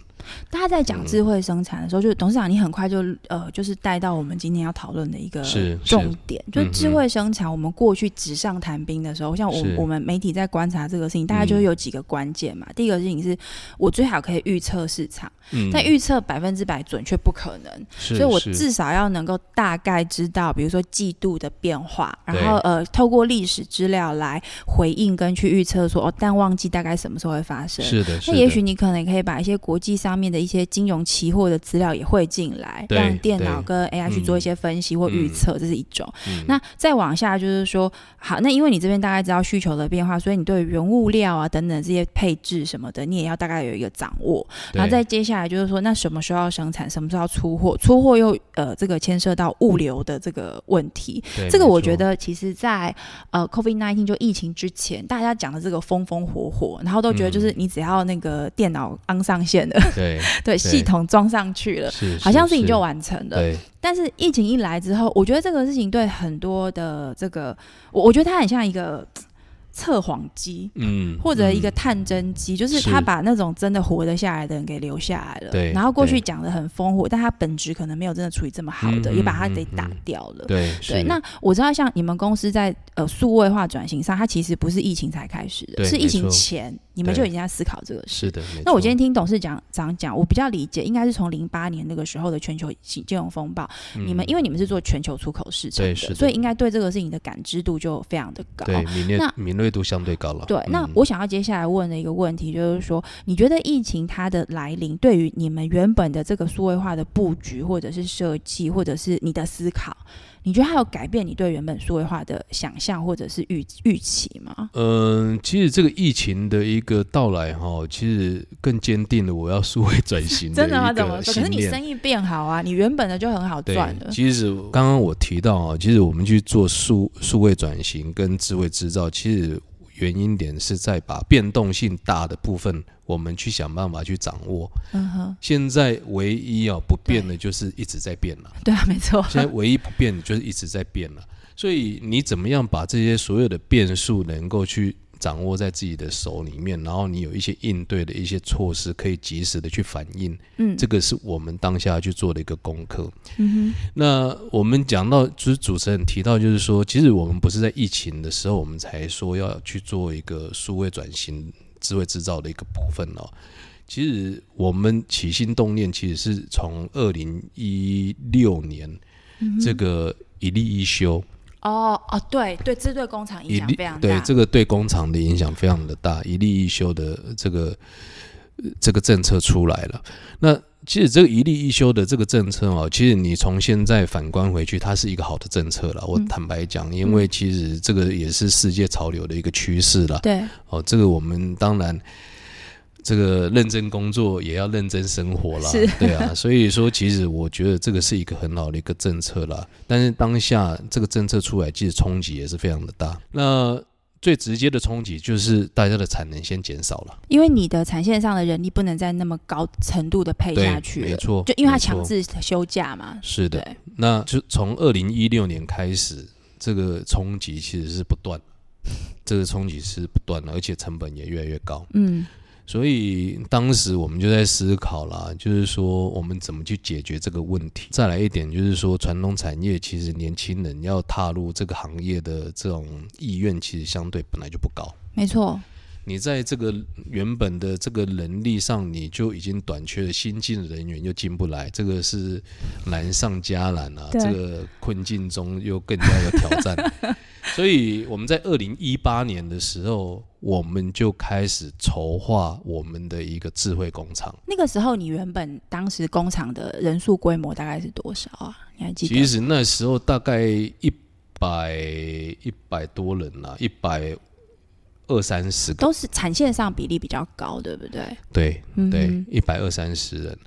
Speaker 2: 大家在
Speaker 3: 嗯
Speaker 2: 讲智慧生产的时候，就是董事长，你很快就呃，就是带到我们今天要讨论的一个
Speaker 3: 是是
Speaker 2: 重点，就
Speaker 3: 嗯
Speaker 2: 是
Speaker 3: 哼
Speaker 2: 智慧生产。我们过去纸上谈兵的时候，像我
Speaker 3: 是嗯
Speaker 2: 我们媒体在观察这个事情，大概就是有几个关键嘛。第一个事情是我最好可以预测市场，
Speaker 3: 嗯，
Speaker 2: 但预测百分之百准确不可能，
Speaker 3: 所
Speaker 2: 所以我至少要能够大概知道，比如说季度的变化，
Speaker 3: 对
Speaker 2: 然后呃，透过历史资料来回应跟去预测说，哦，淡旺季大概什么时候会发生。
Speaker 3: 是的，是
Speaker 2: 那
Speaker 3: 的，
Speaker 2: 也许你可能可以把一些国际上面的一些金融期货的资料也汇进来，
Speaker 3: 对
Speaker 2: 让电脑
Speaker 3: 对
Speaker 2: 跟 AI 去做一些分析或预测，这是一种。
Speaker 3: 嗯
Speaker 2: 那再往下就是说，好，那因为你这边大概知道需求的变化，所以你对原物料啊等等这些配置什么的，你也要大概有一个掌握。然后
Speaker 3: 对
Speaker 2: 再接下来就是说，那什么时候要生产，什么时候要出货，出货又呃这个牵涉到物流的这个问题。
Speaker 3: 嗯对
Speaker 2: 这个
Speaker 3: 没
Speaker 2: 我
Speaker 3: 错
Speaker 2: 觉得，其实在，呃 COVID nineteen 就疫情之前，大家讲的这个风风火火，然后都觉得
Speaker 3: 嗯
Speaker 2: 就是你只要那个电脑安上线了，
Speaker 3: 对，
Speaker 2: 对，系统装上去了，
Speaker 3: 是
Speaker 2: 好像事情就完成了。
Speaker 3: 对，
Speaker 2: 但是疫情一来之后，我觉得这个事情对很多的这个，我我觉得它很像一个嘖测谎机。
Speaker 3: 嗯，
Speaker 2: 或者一个
Speaker 3: 嗯
Speaker 2: 探针机，就是
Speaker 3: 是
Speaker 2: 他把那种真的活得下来的人给留下来了。
Speaker 3: 对
Speaker 2: 然后过去
Speaker 3: 对
Speaker 2: 讲的很烽火，但他本质可能没有真的处理这么好的，
Speaker 3: 嗯
Speaker 2: 也把它
Speaker 3: 嗯
Speaker 2: 给
Speaker 3: 嗯
Speaker 2: 打
Speaker 3: 嗯
Speaker 2: 掉了。
Speaker 3: 对
Speaker 2: 对，
Speaker 3: 是
Speaker 2: 那我知道像你们公司在呃数位化转型上，它其实不是疫情才开始的，
Speaker 3: 对
Speaker 2: 是疫情
Speaker 3: 没错
Speaker 2: 前你们
Speaker 3: 对
Speaker 2: 就已经在思考这个事。
Speaker 3: 是的，没
Speaker 2: 那我
Speaker 3: 错
Speaker 2: 今天听董事长长讲，我比较理解，应该是从零八年那个时候的全球金融风暴，你们因为你们是做全球出口市场
Speaker 3: 嗯对是的
Speaker 2: 所以应该对这个事情的感知度就非常的高。
Speaker 3: 对敏锐
Speaker 2: 那
Speaker 3: 敏锐度相对高了。
Speaker 2: 对，那
Speaker 3: 嗯
Speaker 2: 我想要接下来问的一个问题就是说，你觉得疫情它的来临对于你们原本的这个数位化的布局，或者是设计，或者是你的思考，你觉得它有改变你对原本数位化的想象或者是预预期吗？
Speaker 3: 嗯，其实这个疫情的一个到来哈，其实更坚定了我要数位 转 型
Speaker 2: 真
Speaker 3: 一
Speaker 2: 的吗？怎么
Speaker 3: 个
Speaker 2: 说？可是
Speaker 3: 信
Speaker 2: 你
Speaker 3: 念。
Speaker 2: 生意变好啊，你原本的就很好
Speaker 3: 对
Speaker 2: 赚，了。
Speaker 3: 其实刚刚我提到啊，其实我们去做数数位转型跟智慧制造，其实原因点是在把变动性大的部分，我们去想办法去掌握。
Speaker 2: 嗯哼，
Speaker 3: 现在唯一啊不变
Speaker 2: 对
Speaker 3: 的就是一直在变了。
Speaker 2: 对啊，没错。
Speaker 3: 现在唯一不变的就是一直在变了。所以你怎么样把这些所有的变数能够去掌握在自己的手里面，然后你有一些应对的一些措施，可以及时的去反应，
Speaker 2: 嗯
Speaker 3: 这个是我们当下去做的一个功课。
Speaker 2: 嗯
Speaker 3: 那我们讲到，就是主持人提到，就是说，其实我们不是在疫情的时候，我们才说要去做一个数位转型、智慧制造的一个部分哦。其实我们起心动念，其实是从二零一六年这个一例一休，
Speaker 2: 哼， 哦哦，对对，这对工厂
Speaker 3: 一
Speaker 2: 影响
Speaker 3: 例
Speaker 2: 非常大。
Speaker 3: 对这个对工厂的影响非常的大，一例一休的这个呃这个政策出来了。那其实这个一例一休的这个政策哦，其实你从现在反观回去，它是一个好的政策了。我
Speaker 2: 嗯
Speaker 3: 坦白讲，因为其实这个也是世界潮流的一个趋势了。
Speaker 2: 对
Speaker 3: 哦，这个我们当然这个认真工作也要认真生活啦
Speaker 2: 是，
Speaker 3: 对啊，所以说其实我觉得这个是一个很好的一个政策啦，但是当下这个政策出来，其实冲击也是非常的大。那最直接的冲击就是大家的产能先减少了，
Speaker 2: 因为你的产线上的人力不能再那么高程度的配
Speaker 3: 对
Speaker 2: 下去了
Speaker 3: 没错
Speaker 2: 就因为他
Speaker 3: 没错
Speaker 2: 强制休假嘛，
Speaker 3: 是的，
Speaker 2: 对，
Speaker 3: 那就从二零一六年开始，这个冲击其实是不断，这个冲击是不断的，而且成本也越来越高。
Speaker 2: 嗯，
Speaker 3: 所以当时我们就在思考啦，就是说我们怎么去解决这个问题。再来一点就是说，传统产业其实年轻人要踏入这个行业的这种意愿，其实相对本来就不高。
Speaker 2: 没错，
Speaker 3: 你在这个原本的这个人力上，你就已经短缺了，新进人员又进不来，这个是难上加难啊！
Speaker 2: 对
Speaker 3: 这个困境中又更加有挑战。所以我们在二零一八年的时候，我们就开始筹划我们的一个智慧工厂。
Speaker 2: 那个时候你原本当时工厂的人数规模大概是多少啊？你还记得？
Speaker 3: 其实那时候大概一百一百多人啦、一百二三十个，
Speaker 2: 都是产线上比例比较高，对不对？
Speaker 3: 对，
Speaker 2: 嗯
Speaker 3: 对
Speaker 2: 哼，，
Speaker 3: 一百二三十人。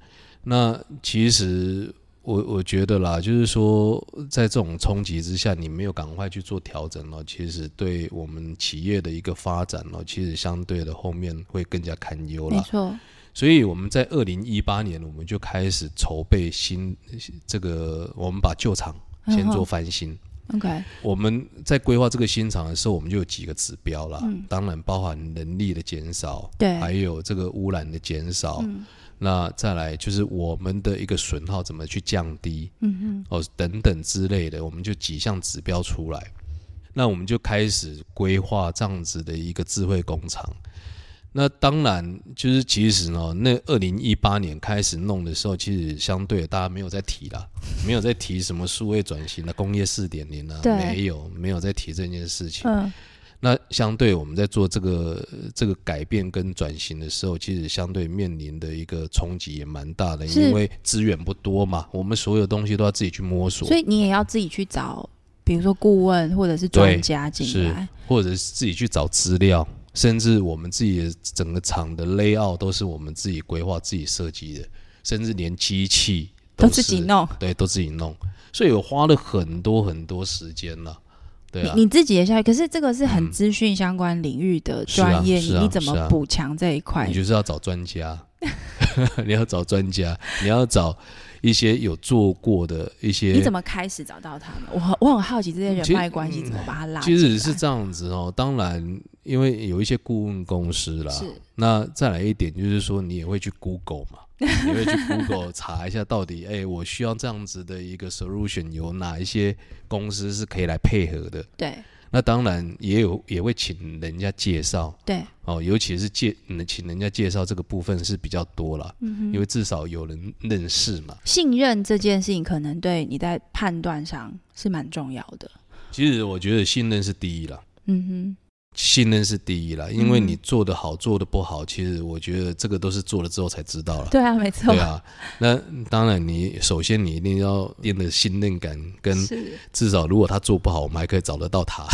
Speaker 3: 那其实我我觉得啦，就是说，在这种冲击之下，你没有赶快去做调整哦，其实对我们企业的一个发展哦，其实相对的后面会更加堪忧
Speaker 2: 没
Speaker 3: 啦。
Speaker 2: 错，
Speaker 3: 所以我们在二零一八年，我们就开始筹备新这个，我们把旧厂
Speaker 2: 嗯
Speaker 3: 先做翻新。
Speaker 2: OK，
Speaker 3: 我们在规划这个新厂的时候，我们就有几个指标啦，
Speaker 2: 嗯
Speaker 3: 当然包含人力的减少，
Speaker 2: 对嗯
Speaker 3: 还有这个污染的减少。那再来就是我们的一个损耗怎么去降低，嗯哦等等之类的，我们就几项指标出来，那我们就开始规划这样子的一个智慧工厂。那当然，就是其实呢，那二零一八年开始弄的时候，其实相对大家没有在提 啦，没有在提什么数位转型的工业四点零啊，
Speaker 2: 对
Speaker 3: 没有没有在提这件事情。
Speaker 2: 嗯，
Speaker 3: 那相对我们在做这个这个改变跟转型的时候，其实相对面临的一个冲击也蛮大的，
Speaker 2: 是
Speaker 3: 因为资源不多嘛，我们所有东西都要自己去摸索
Speaker 2: 所，以你也要自己去找，比如说顾问或者是专
Speaker 3: 对
Speaker 2: 家进
Speaker 3: 是
Speaker 2: 来，
Speaker 3: 或者是自己去找资料，甚至我们自己的整个厂的 layout 都是我们自己规划、自己设计的，甚至连机器
Speaker 2: 都
Speaker 3: 是
Speaker 2: 自己，弄。
Speaker 3: 对，都自己弄，所以我花了很多很多时间了，对啊
Speaker 2: 你，你自己的下去，可是这个是很资讯相关领域的
Speaker 3: 是啊
Speaker 2: 专业，
Speaker 3: 是
Speaker 2: 你
Speaker 3: 啊
Speaker 2: 你怎
Speaker 3: 是
Speaker 2: 么
Speaker 3: 啊
Speaker 2: 补强这一块
Speaker 3: 你？就是要找专家， 你要找专家，你要找一些有做过的一些。
Speaker 2: 你怎么开始找到他们？我很我很好奇这些人
Speaker 3: 其实嗯
Speaker 2: 脉关系怎么把他拉进
Speaker 3: 其
Speaker 2: 来？
Speaker 3: 实是这样子哦，当然，因为有一些顾问公司啦
Speaker 2: 是，
Speaker 3: 那再来一点就是说，你也会去 Google 嘛，你会去 Google 查一下到底，哎、我需要这样子的一个 solution 有哪一些公司是可以来配合的？
Speaker 2: 对
Speaker 3: 那当然也有也会请人家介绍，
Speaker 2: 对，
Speaker 3: 哦，尤其是介嗯请人家介绍这个部分是比较多啦，
Speaker 2: 嗯
Speaker 3: 因为至少有人认识嘛。
Speaker 2: 信任这件事情可能对你在判断上是蛮重要的。
Speaker 3: 其实我觉得信任是第一啦，
Speaker 2: 嗯
Speaker 3: 信任是第一啦，因为
Speaker 2: 嗯
Speaker 3: 你做的好，做的不好，其实我觉得这个都是做了之后才知道
Speaker 2: 哼，
Speaker 3: 了。
Speaker 2: 对啊，没错，
Speaker 3: 对啊，那当然你首先你一定要练的信任感，跟
Speaker 2: 是
Speaker 3: 至少如果他做不好，我们还可以找得 到他。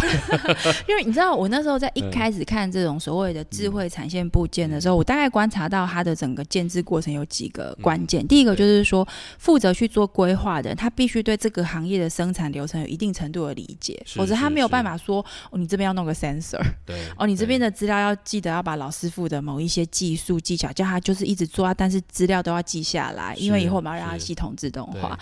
Speaker 2: 因为你知道，我那时候在一
Speaker 3: 嗯
Speaker 2: 开始看这种所谓的智慧产线部件的时候，我大概观察到它的整个建制过程有几个关
Speaker 3: 嗯
Speaker 2: 键。第一个就是说，负责去做规划的人，他必须对这个行业的生产流程有一定程度的理解，
Speaker 3: 是
Speaker 2: 否则他
Speaker 3: 是
Speaker 2: 没有
Speaker 3: 是
Speaker 2: 办法说，哦，你这边要弄个 sensor，
Speaker 3: 对，
Speaker 2: 哦，你这边
Speaker 3: 的
Speaker 2: 的资料要记得要把老师傅的某一些技术技巧，叫他就是一直做到，但是资料都要记下来，因为
Speaker 3: 是
Speaker 2: 以后我们要让它
Speaker 3: 是
Speaker 2: 系统自动化。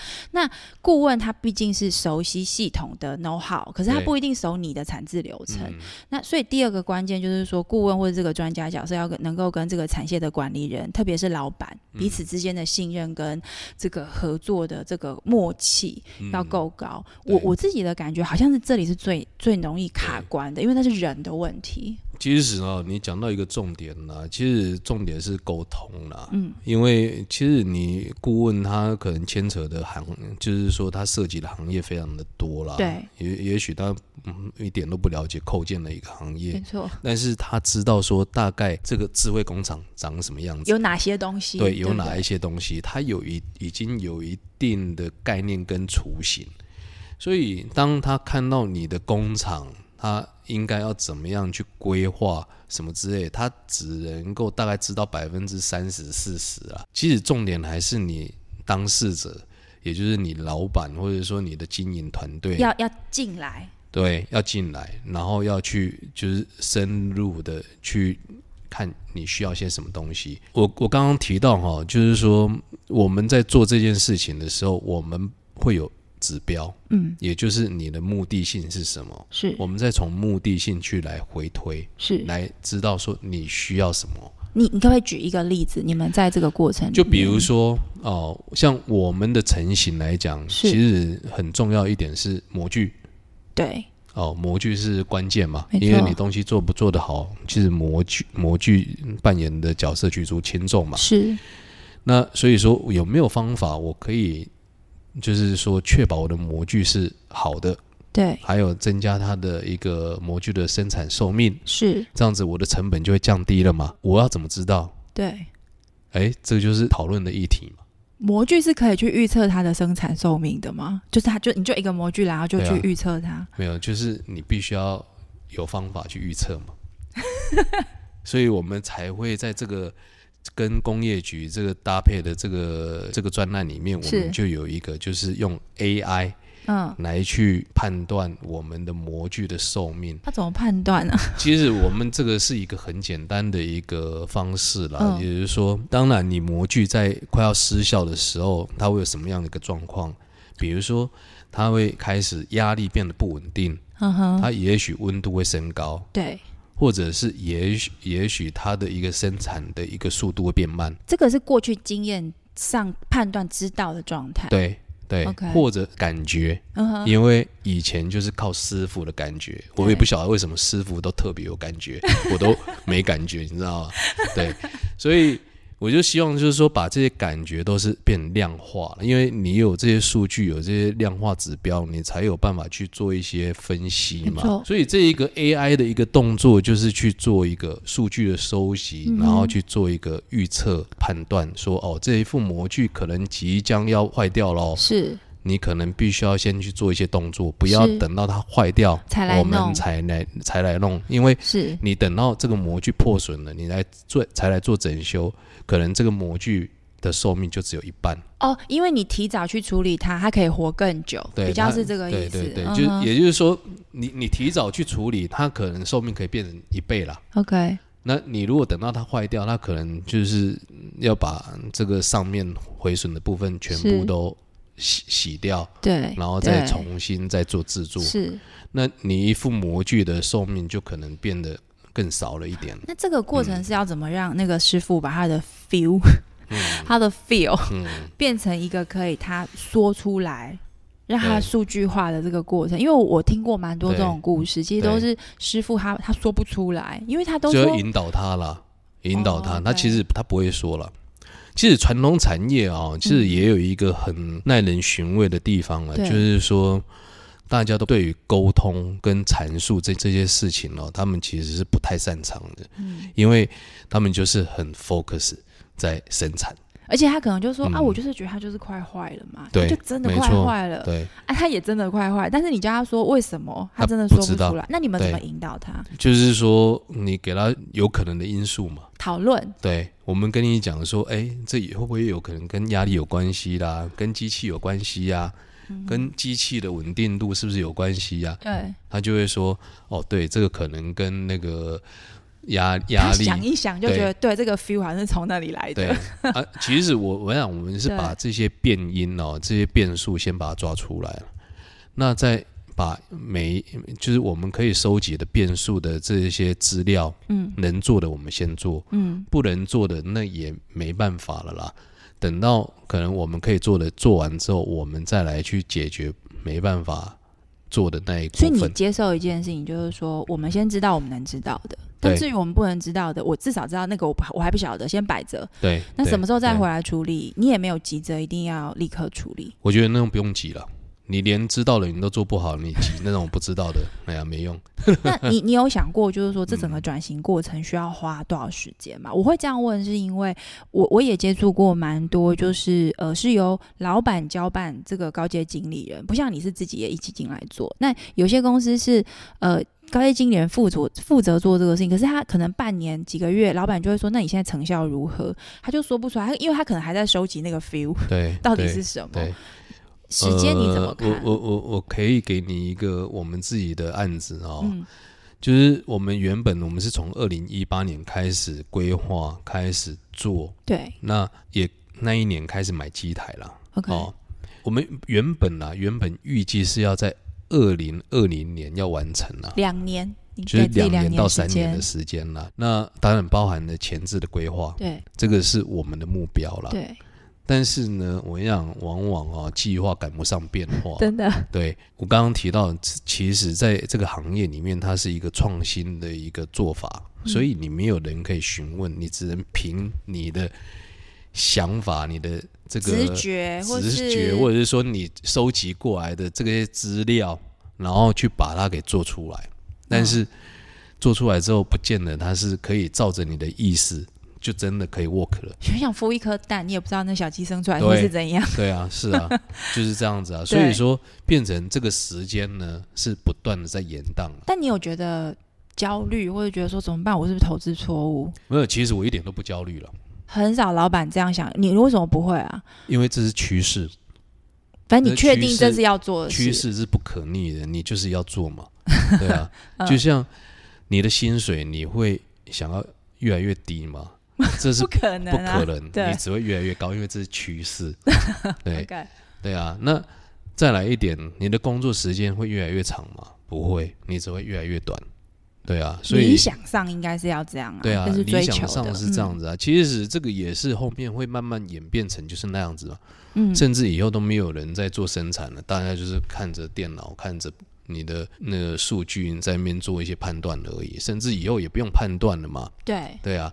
Speaker 2: 顾问他毕竟是熟悉系统的 know how，可是他
Speaker 3: 对
Speaker 2: 不一定熟你的产制流程。
Speaker 3: 嗯
Speaker 2: 那所以第二个关键就是说，顾问或者这个专家角色要跟能够跟这个产线的管理人，特别是老板彼
Speaker 3: 嗯
Speaker 2: 此之间的信任跟这个合作的这个默契
Speaker 3: 嗯
Speaker 2: 要够高。
Speaker 3: 对
Speaker 2: 我我自己的感觉好像是这里是最最容易卡关的，因为那是人的问题。
Speaker 3: 其实啊，你讲到一个重点啦，其实重点是沟通啦。嗯，因为其实你顾问他可能牵扯的行，就是说他涉及的行业非常的多啦。
Speaker 2: 对，
Speaker 3: 也也许他嗯一点都不了解扣件的一个行业，
Speaker 2: 错，
Speaker 3: 但是他知道说大概这个智慧工厂长什么样子，
Speaker 2: 有哪些东西？
Speaker 3: 对，有
Speaker 2: 不
Speaker 3: 哪一些东西，他有一已经有一定的概念跟雏形，所以当他看到你的工厂。它应该要怎么样去规划什么之类，它只能够大概知道百分之三十、四十啊。其实重点还是你当事者，也就是你老板或者说你的经营团队，
Speaker 2: 要要进来，
Speaker 3: 对，要进来，然后要去就是深入的去看你需要些什么东西。我我刚刚提到哈，就是说我们在做这件事情的时候，我们会有指标，
Speaker 2: 嗯，
Speaker 3: 也就是你的目的性是什么，
Speaker 2: 是
Speaker 3: 我们再从目的性去来回推，
Speaker 2: 是。
Speaker 3: 来知道说你需要什么。
Speaker 2: 你你可不可以举一个例子？你们在这个过程里面，
Speaker 3: 就比如说哦、像我们的成型来讲，
Speaker 2: 是
Speaker 3: 其实很重要一点是模具。
Speaker 2: 对，
Speaker 3: 哦，模具是关键嘛，
Speaker 2: 没错
Speaker 3: 因为你东西做不做得好，其实模具模具扮演的角色举足轻重嘛。
Speaker 2: 是
Speaker 3: 那所以说有没有方法我可以，就是说确保我的模具是好的，
Speaker 2: 对，
Speaker 3: 还有增加它的一个模具的生产寿命，
Speaker 2: 是
Speaker 3: 这样子我的成本就会降低了嘛？我要怎么知道？
Speaker 2: 对。
Speaker 3: 哎，这就是讨论的议题嘛。
Speaker 2: 模具是可以去预测它的生产寿命的吗？就是它就你就一个模具，然后就
Speaker 3: 对
Speaker 2: 去
Speaker 3: 啊
Speaker 2: 预测它。
Speaker 3: 没有，就是你必须要有方法去预测嘛。 所以我们才会在这个跟工业局这个搭配的这个这个专栏里面，我
Speaker 2: 是
Speaker 3: 们就有一个就是用 AI
Speaker 2: 嗯，
Speaker 3: 来去判断我们的模具的寿命。
Speaker 2: 它怎么判断 呢、
Speaker 3: 其实我们这个是一个很简单的一个方式啦，
Speaker 2: 嗯
Speaker 3: 也就是说，当然你模具在快要失效的时候，它会有什么样的一个状况？比如说，它会开始压力变得不稳定，
Speaker 2: 嗯哼，
Speaker 3: 它也许温度会升高，
Speaker 2: 对，
Speaker 3: 或者是也许也许它的一个生产的一个速度会变慢，
Speaker 2: 这个是过去经验上判断知道的状态。，
Speaker 3: 对对
Speaker 2: OK
Speaker 3: 或者感觉，
Speaker 2: 嗯哼，
Speaker 3: 因为以前就是靠师傅的感觉，我
Speaker 2: 对
Speaker 3: 也不晓得为什么师傅都特别有感 觉，我都没感觉，你知道吗？对，所以。我就希望就是说，把这些感觉都是变量化了，因为你有这些数据，有这些量化指标，你才有办法去做一些分析
Speaker 2: 没
Speaker 3: 嘛。
Speaker 2: 错
Speaker 3: 所以这一个 AI 的一个动作，就是去做一个数据的收集，
Speaker 2: 嗯哼
Speaker 3: 然后去做一个预测判断，说哦，这一副模具可能即将要坏掉喽，
Speaker 2: 是
Speaker 3: 你可能必须要先去做一些动作，不要等到它坏掉
Speaker 2: 才来
Speaker 3: 我们
Speaker 2: 弄
Speaker 3: 才来才来弄，因为
Speaker 2: 是，
Speaker 3: 你等到这个模具破损了，你来做才来做整修，可能这个模具的寿命就只有一半。
Speaker 2: 哦，因为你提早去处理它，它可以活更久，
Speaker 3: 对，
Speaker 2: 比较
Speaker 3: 它
Speaker 2: 是这个意思。
Speaker 3: 对对对，
Speaker 2: 嗯
Speaker 3: 就
Speaker 2: 哼
Speaker 3: 也就是说，你你提早去处理，它可能寿命可以变成一倍啦。
Speaker 2: OK，
Speaker 3: 那你如果等到它坏掉，那可能就是要把这个上面毁损的部分全
Speaker 2: 是
Speaker 3: 部都洗洗掉，
Speaker 2: 对，
Speaker 3: 然后再
Speaker 2: 对
Speaker 3: 重新再做制作。
Speaker 2: 哎是。
Speaker 3: 那你一副模具的寿命就可能变得更少了一点。
Speaker 2: 那这个过程是要怎么让那个师傅把他的 feel，、他 的 feel
Speaker 3: 嗯，
Speaker 2: 变成一个可以他说出来，让他
Speaker 3: 对
Speaker 2: 数据化的这个过程？因为我听过蛮多这
Speaker 3: 对
Speaker 2: 种故事，其实都是师傅他他说不出来，因为他都
Speaker 3: 就要
Speaker 2: 说
Speaker 3: 引导他啦，引导他。
Speaker 2: 哦
Speaker 3: 他
Speaker 2: 对
Speaker 3: 其实他不会说了。其实传统产业啊、其实也有一个很耐人寻味的地方啊，
Speaker 2: 嗯对
Speaker 3: 就是说大家都对于沟通跟阐述这这些事情哦，他们其实是不太擅长的，
Speaker 2: 嗯
Speaker 3: 因为他们就是很 focus 在生产。
Speaker 2: 而且他可能就说、
Speaker 3: 嗯
Speaker 2: 啊，我就是觉得他就是快坏了嘛，
Speaker 3: 对
Speaker 2: 他就真的
Speaker 3: 没
Speaker 2: 快
Speaker 3: 错
Speaker 2: 坏了，
Speaker 3: 对，
Speaker 2: 啊，他也真的快坏，但是你叫他说为什么，他
Speaker 3: 他
Speaker 2: 真的说
Speaker 3: 不知道
Speaker 2: 出来。那你们怎
Speaker 3: 对
Speaker 2: 么引导他
Speaker 3: 就是说你给他有可能的因素嘛。
Speaker 2: 讨论？
Speaker 3: 对，我们跟你讲说，哎，这也会不会有可能跟压力有关系啦，跟机器有关系呀、
Speaker 2: 嗯
Speaker 3: 跟机器的稳定度是不是有关系呀、
Speaker 2: 对，
Speaker 3: 他就会说，哦，对，这个可能跟那个压
Speaker 2: 他
Speaker 3: 压力，
Speaker 2: 想一想就觉得对这个 feel 好像是从那里来
Speaker 3: 对
Speaker 2: 的。
Speaker 3: 啊。其实我我想我们是把这些变因哦，这些变数先把它抓出来了，那再把每就是我们可以收集的变数的这些资料，
Speaker 2: 嗯
Speaker 3: 能做的我们先做，
Speaker 2: 嗯，
Speaker 3: 不能做的那也没办法了啦。等到可能我们可以做的做完之后，我们再来去解决没办法做的那一
Speaker 2: 所以
Speaker 3: 部
Speaker 2: 你
Speaker 3: 分。
Speaker 2: 接受一件事情，就是说我们先知道我们能知道的，但
Speaker 3: 对
Speaker 2: 至于我们不能知道的，我至少知道那个我不我还不晓得，先摆着。
Speaker 3: 对，
Speaker 2: 那
Speaker 3: 对
Speaker 2: 什么时候再回？来处理？你也没有急着一定要立刻处理
Speaker 3: 对。我觉得那种不用急了，你连知道了你都做不好，你急那种不知道的，哎呀没用。
Speaker 2: 那你你有想过，就是说这整
Speaker 3: 嗯
Speaker 2: 个转型过程需要花多少时间吗？我会这样问，是因为我我也接触过蛮
Speaker 3: 嗯
Speaker 2: 多，就是呃是由老板交办这个高阶经理人，不像你是自己也一起进来做。那有些公司是呃高阶经理人负责负责做这个事情，可是他可能半年几个月，老板就会说：“那你现在成效如何？”他就说不出来，他因为他可能还在收集那个 feel
Speaker 3: 对，
Speaker 2: 到底
Speaker 3: 对
Speaker 2: 是什么
Speaker 3: 对。
Speaker 2: 时间你怎么看？
Speaker 3: 呃我我我我可以给你一个我们自己的案子哦，
Speaker 2: 嗯
Speaker 3: 就是我们原本我们是从二零一八年开始规划，开始做，
Speaker 2: 对
Speaker 3: 那也那一年开始买机台啦。
Speaker 2: ，OK，
Speaker 3: 哦，我们原本啦，原本预计是要在二零二零年要完成啦。
Speaker 2: 两年，你
Speaker 3: 就是
Speaker 2: 给自己
Speaker 3: 两
Speaker 2: 两
Speaker 3: 年到
Speaker 2: 时
Speaker 3: 三年
Speaker 2: 间
Speaker 3: 的，时间啦，那当然包含了前置的规划，
Speaker 2: 对
Speaker 3: 这个是我们的目标啦。
Speaker 2: 对，
Speaker 3: 但是呢，我跟你讲，往往哦，计划赶不上变化。
Speaker 2: 真的
Speaker 3: 对我刚刚提到，其其实在这个行业里面，它是一个创新的一个做法，
Speaker 2: 嗯
Speaker 3: 所以你没有人可以询问，你只能凭你的想法、你的这个
Speaker 2: 直觉或
Speaker 3: 直
Speaker 2: 是
Speaker 3: 觉，或者是说你收集过来的这些资料，然后去把它给做出来。
Speaker 2: 嗯
Speaker 3: 但是做出来之后，不见得它是可以照着你的意思，就真的可以 work 了。
Speaker 2: 就想孵一颗蛋，你也不知道那小鸡生出来
Speaker 3: 对
Speaker 2: 会是怎样。
Speaker 3: 对啊，是啊，就是这样子啊。所
Speaker 2: 对
Speaker 3: 以说，变成这个时间呢，是不断的在延宕。
Speaker 2: 但你有觉得焦虑，或者觉得说怎么办？我是不是投资错误？
Speaker 3: 没有，其实我一点都不焦虑了，
Speaker 2: 很少老板这样想，你为什么不会啊？
Speaker 3: 因为这是趋势，
Speaker 2: 反正你
Speaker 3: 这
Speaker 2: 确
Speaker 3: 趋
Speaker 2: 定
Speaker 3: 势
Speaker 2: 这是要做的
Speaker 3: 趋
Speaker 2: 事，
Speaker 3: 势是不可逆的，你就是要做 嘛。对啊，
Speaker 2: 嗯
Speaker 3: 就像你的薪水，你会想要越来越 低吗？这是
Speaker 2: 不可能
Speaker 3: 不
Speaker 2: 啊，
Speaker 3: 可能，
Speaker 2: 对
Speaker 3: 你只会越来越高，因为这是 趋势。对
Speaker 2: OK，
Speaker 3: 对啊，那再来一点，你的工作时间会越来越长吗？不会，你只会越来越短。对啊，所以
Speaker 2: 理想上应该是要这样啊，
Speaker 3: 对啊，
Speaker 2: 这是追
Speaker 3: 理
Speaker 2: 求
Speaker 3: 想
Speaker 2: 的，嗯
Speaker 3: 上是这样子啊。其实这个也是后面会慢慢演变成就是那样子啊，
Speaker 2: 嗯，嗯，
Speaker 3: 甚至以后都没有人在做生产了，大家就是看着电脑，看着你的那个数据在那边做一些判断而已，甚至以后也不用判断了嘛。
Speaker 2: 对，
Speaker 3: 对啊，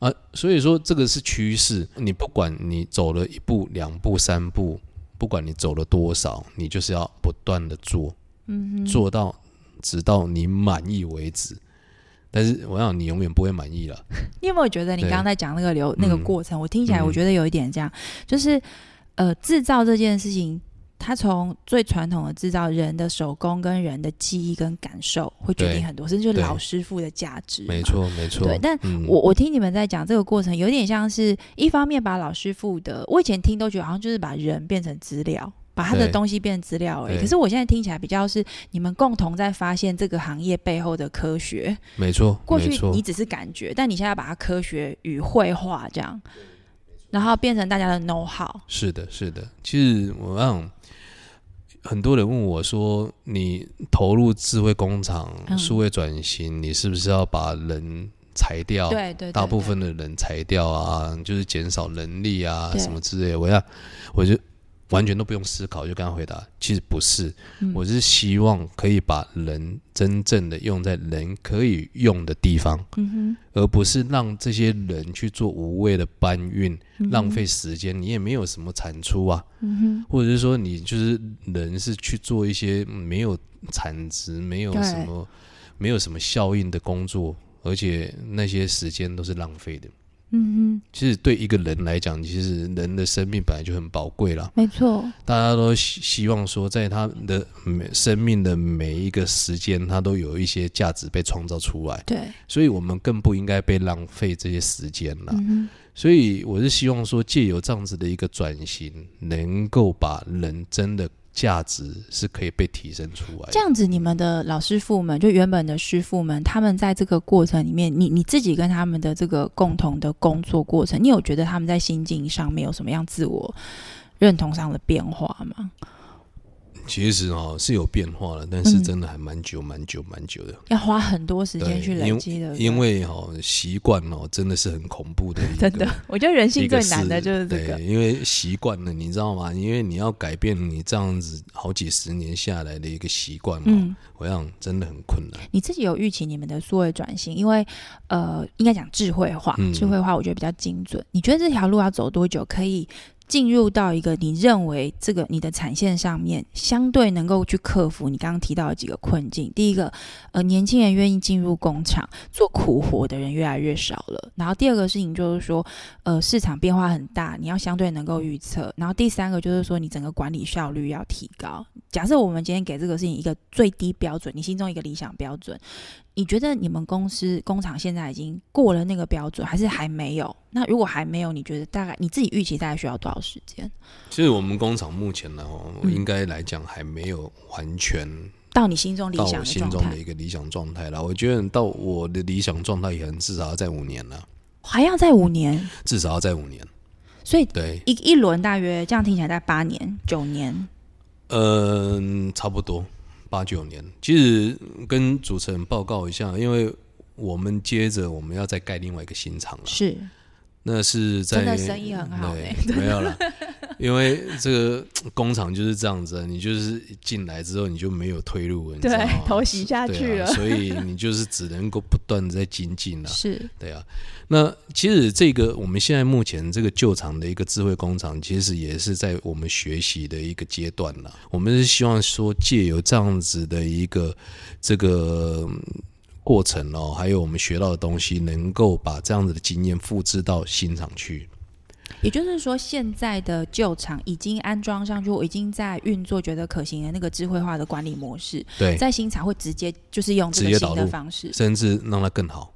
Speaker 3: 啊，所以说这个是趋势，你不管你走了一步、两步、三步，不管你走了多少，你就是要不断的做，嗯，做到直到你满意为止。但是我想你永远不会满意了，
Speaker 2: 你有没有觉得你
Speaker 3: 对
Speaker 2: 刚刚在讲那个流那个
Speaker 3: 嗯
Speaker 2: 过程，我听起来我
Speaker 3: 嗯
Speaker 2: 觉得有一点这样，就是呃，制造这件事情，它从最传统的制造人的手工跟人的记忆跟感受会决定
Speaker 3: 对
Speaker 2: 很多，甚至就是
Speaker 3: 对
Speaker 2: 老师傅的价值，
Speaker 3: 没。错，没错。
Speaker 2: 对，但
Speaker 3: 嗯
Speaker 2: 我我听你们在讲这个过程，有点像是一方面把老师傅的，我以前听都觉得好像就是把人变成资料，把他的
Speaker 3: 对
Speaker 2: 东西变成资料而已。
Speaker 3: 对
Speaker 2: 可是我现在听起来比较是你们共同在发现这个行业背后的科学。
Speaker 3: 没错，
Speaker 2: 过
Speaker 3: 没
Speaker 2: 去
Speaker 3: 错
Speaker 2: 你只是感觉，但你现在把它科学与绘画这样，然后变成大家的 know how。
Speaker 3: 是的，是的。其实我让很多人问我说，你投入智慧工厂、
Speaker 2: 嗯
Speaker 3: 数位转型，你是不是要把人裁掉？
Speaker 2: 对对对，
Speaker 3: 大部
Speaker 2: 对
Speaker 3: 分的人裁掉啊，就是减少人力啊
Speaker 2: 对
Speaker 3: 什么之类的。我要，我就完全都不用思考，就跟他回答，其实不是，
Speaker 2: 嗯
Speaker 3: 我是希望可以把人真正的用在人可以用的地方，
Speaker 2: 嗯
Speaker 3: 而不是让这些人去做无谓的搬运，
Speaker 2: 嗯哼，
Speaker 3: 浪费时间，你也没有什么产出啊，
Speaker 2: 嗯哼，
Speaker 3: 或者是说你就是人是去做一些没有产值、没有
Speaker 2: 对
Speaker 3: 什么、没有什么效应的工作，而且那些时间都是浪费的。
Speaker 2: 嗯哼，
Speaker 3: 其实对一个人来讲，其实人的生命本来就很宝贵啦。
Speaker 2: 没错，
Speaker 3: 大家都希希望说，在他的每生命的每一个时间，他都有一些价值被创造出来，
Speaker 2: 对，
Speaker 3: 所以我们更不应该被浪费这些时间啦。
Speaker 2: 嗯
Speaker 3: 所以我是希望说，借由这样子的一个转型，能够把人真的价值是可以被提升出来
Speaker 2: 哼，这
Speaker 3: 的。
Speaker 2: 样子你们的老师傅们，就原本的师傅们，他们在这个过程里面，你你自己跟他们的这个共同的工作过程，你有觉得他们在心境上面有什么样自我认同上的变化吗？
Speaker 3: 其实哦是有变化了，但是
Speaker 2: 嗯
Speaker 3: 真的还蛮久、蛮久、蛮久的。
Speaker 2: 要花很多时间
Speaker 3: 对
Speaker 2: 去累
Speaker 3: 因
Speaker 2: 积的，
Speaker 3: 因为哦习惯哦真的是很恐怖的一 个
Speaker 2: 真的，我觉得人
Speaker 3: 一
Speaker 2: 性
Speaker 3: 个
Speaker 2: 最
Speaker 3: 是
Speaker 2: 难的就是这个。
Speaker 3: 对，因为习惯了，你知道吗？因为你要改变你这样子好几十年下来的一个习惯嘛，
Speaker 2: 嗯，
Speaker 3: 我想真的很困难。
Speaker 2: 你自己有预期你们的数位转型，因为呃，应该讲智慧化，
Speaker 3: 嗯
Speaker 2: 智慧化我觉得比较精准。你觉得这条路要走多久可以进入到一个你认为这个你的产线上面相对能够去克服你刚刚提到的几个困境。第一个，呃，年轻人愿意进入工厂做苦活的人越来越少了。然后第二个事情就是说，呃，市场变化很大，你要相对能够预测。然后第三个就是说，你整个管理效率要提高。假设我们今天给这个事情一个最低标准，你心中一个理想标准，你觉得你们公司工厂现在已经过了那个标准，还是还没有？那如果还没有，你觉得大概你自己预期大概需要多少时间？
Speaker 3: 其实我们工厂目前呢，哦
Speaker 2: 嗯
Speaker 3: 应该来讲还没有完全
Speaker 2: 到你心中理
Speaker 3: 到
Speaker 2: 想
Speaker 3: 我
Speaker 2: 的
Speaker 3: 心
Speaker 2: 状
Speaker 3: 中的
Speaker 2: 态，
Speaker 3: 一个理想状态啦。我觉得到我的理想状态也很至少要在五年了，
Speaker 2: 还要在五年，
Speaker 3: 至少要在五年。
Speaker 2: 所以
Speaker 3: 对，
Speaker 2: 一一轮大约这样听起来在八年、九年。
Speaker 3: 嗯，差不多八九年。其实跟主持人报告一下，因为我们接着我们要再盖另外一个新厂了，
Speaker 2: 是
Speaker 3: 那是在
Speaker 2: 真的生意很好欸
Speaker 3: 对，没有了。因为这个工厂就是这样子啊，你就是进来之后你就没有退路了，你 知道
Speaker 2: 对
Speaker 3: 吗？
Speaker 2: 投袭下
Speaker 3: 对
Speaker 2: 去
Speaker 3: 啊
Speaker 2: 了
Speaker 3: 所以你就是只能够不断的在精进了、
Speaker 2: 是，
Speaker 3: 对啊，那其实这个我们现在目前这个旧厂的一个智慧工厂，其实也是在我们学习的一个阶段了。我们是希望说借由这样子的一个这个嗯过程哦，还有我们学到的东西，能够把这样子的经验复制到新厂去。
Speaker 2: 也就是说，现在的旧厂已经安装上去，我已经在运作觉得可行的那个智慧化的管理模式，
Speaker 3: 对，
Speaker 2: 在新厂会直接就是用这
Speaker 3: 直
Speaker 2: 个
Speaker 3: 接导
Speaker 2: 新的
Speaker 3: 入
Speaker 2: 方式。
Speaker 3: 甚至让它更好。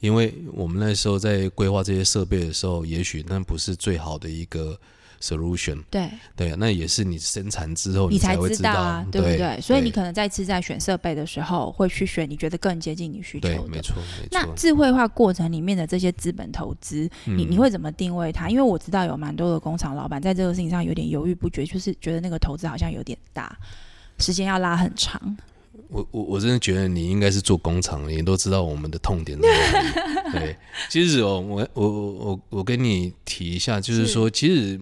Speaker 3: 因为我们那时候在规划这些设备的时候，也许那不是最好的一个 solution。
Speaker 2: 对，
Speaker 3: 对，那也哦是你生产之后
Speaker 2: 你
Speaker 3: 才
Speaker 2: 才
Speaker 3: 会
Speaker 2: 知
Speaker 3: 道
Speaker 2: 啊，
Speaker 3: 对
Speaker 2: 不对？所以你
Speaker 3: 对
Speaker 2: 可能再次在选设备的时候，会去选你觉得更接近你需求
Speaker 3: 对，
Speaker 2: 的。
Speaker 3: 没错，没
Speaker 2: 那
Speaker 3: 错。
Speaker 2: 智慧化过程里面的这些资本投资，你
Speaker 3: 嗯
Speaker 2: 你会怎么定位它？因为我知道有蛮多的工厂老板在这个事情上有点犹豫不决，就是觉得那个投资好像有点大，时间要拉很长。
Speaker 3: 我我我真的觉得你应该是做工厂的，你都知道我们的痛点 在哪里。对，其实哦，我我我我我跟你提一下，就是说，其实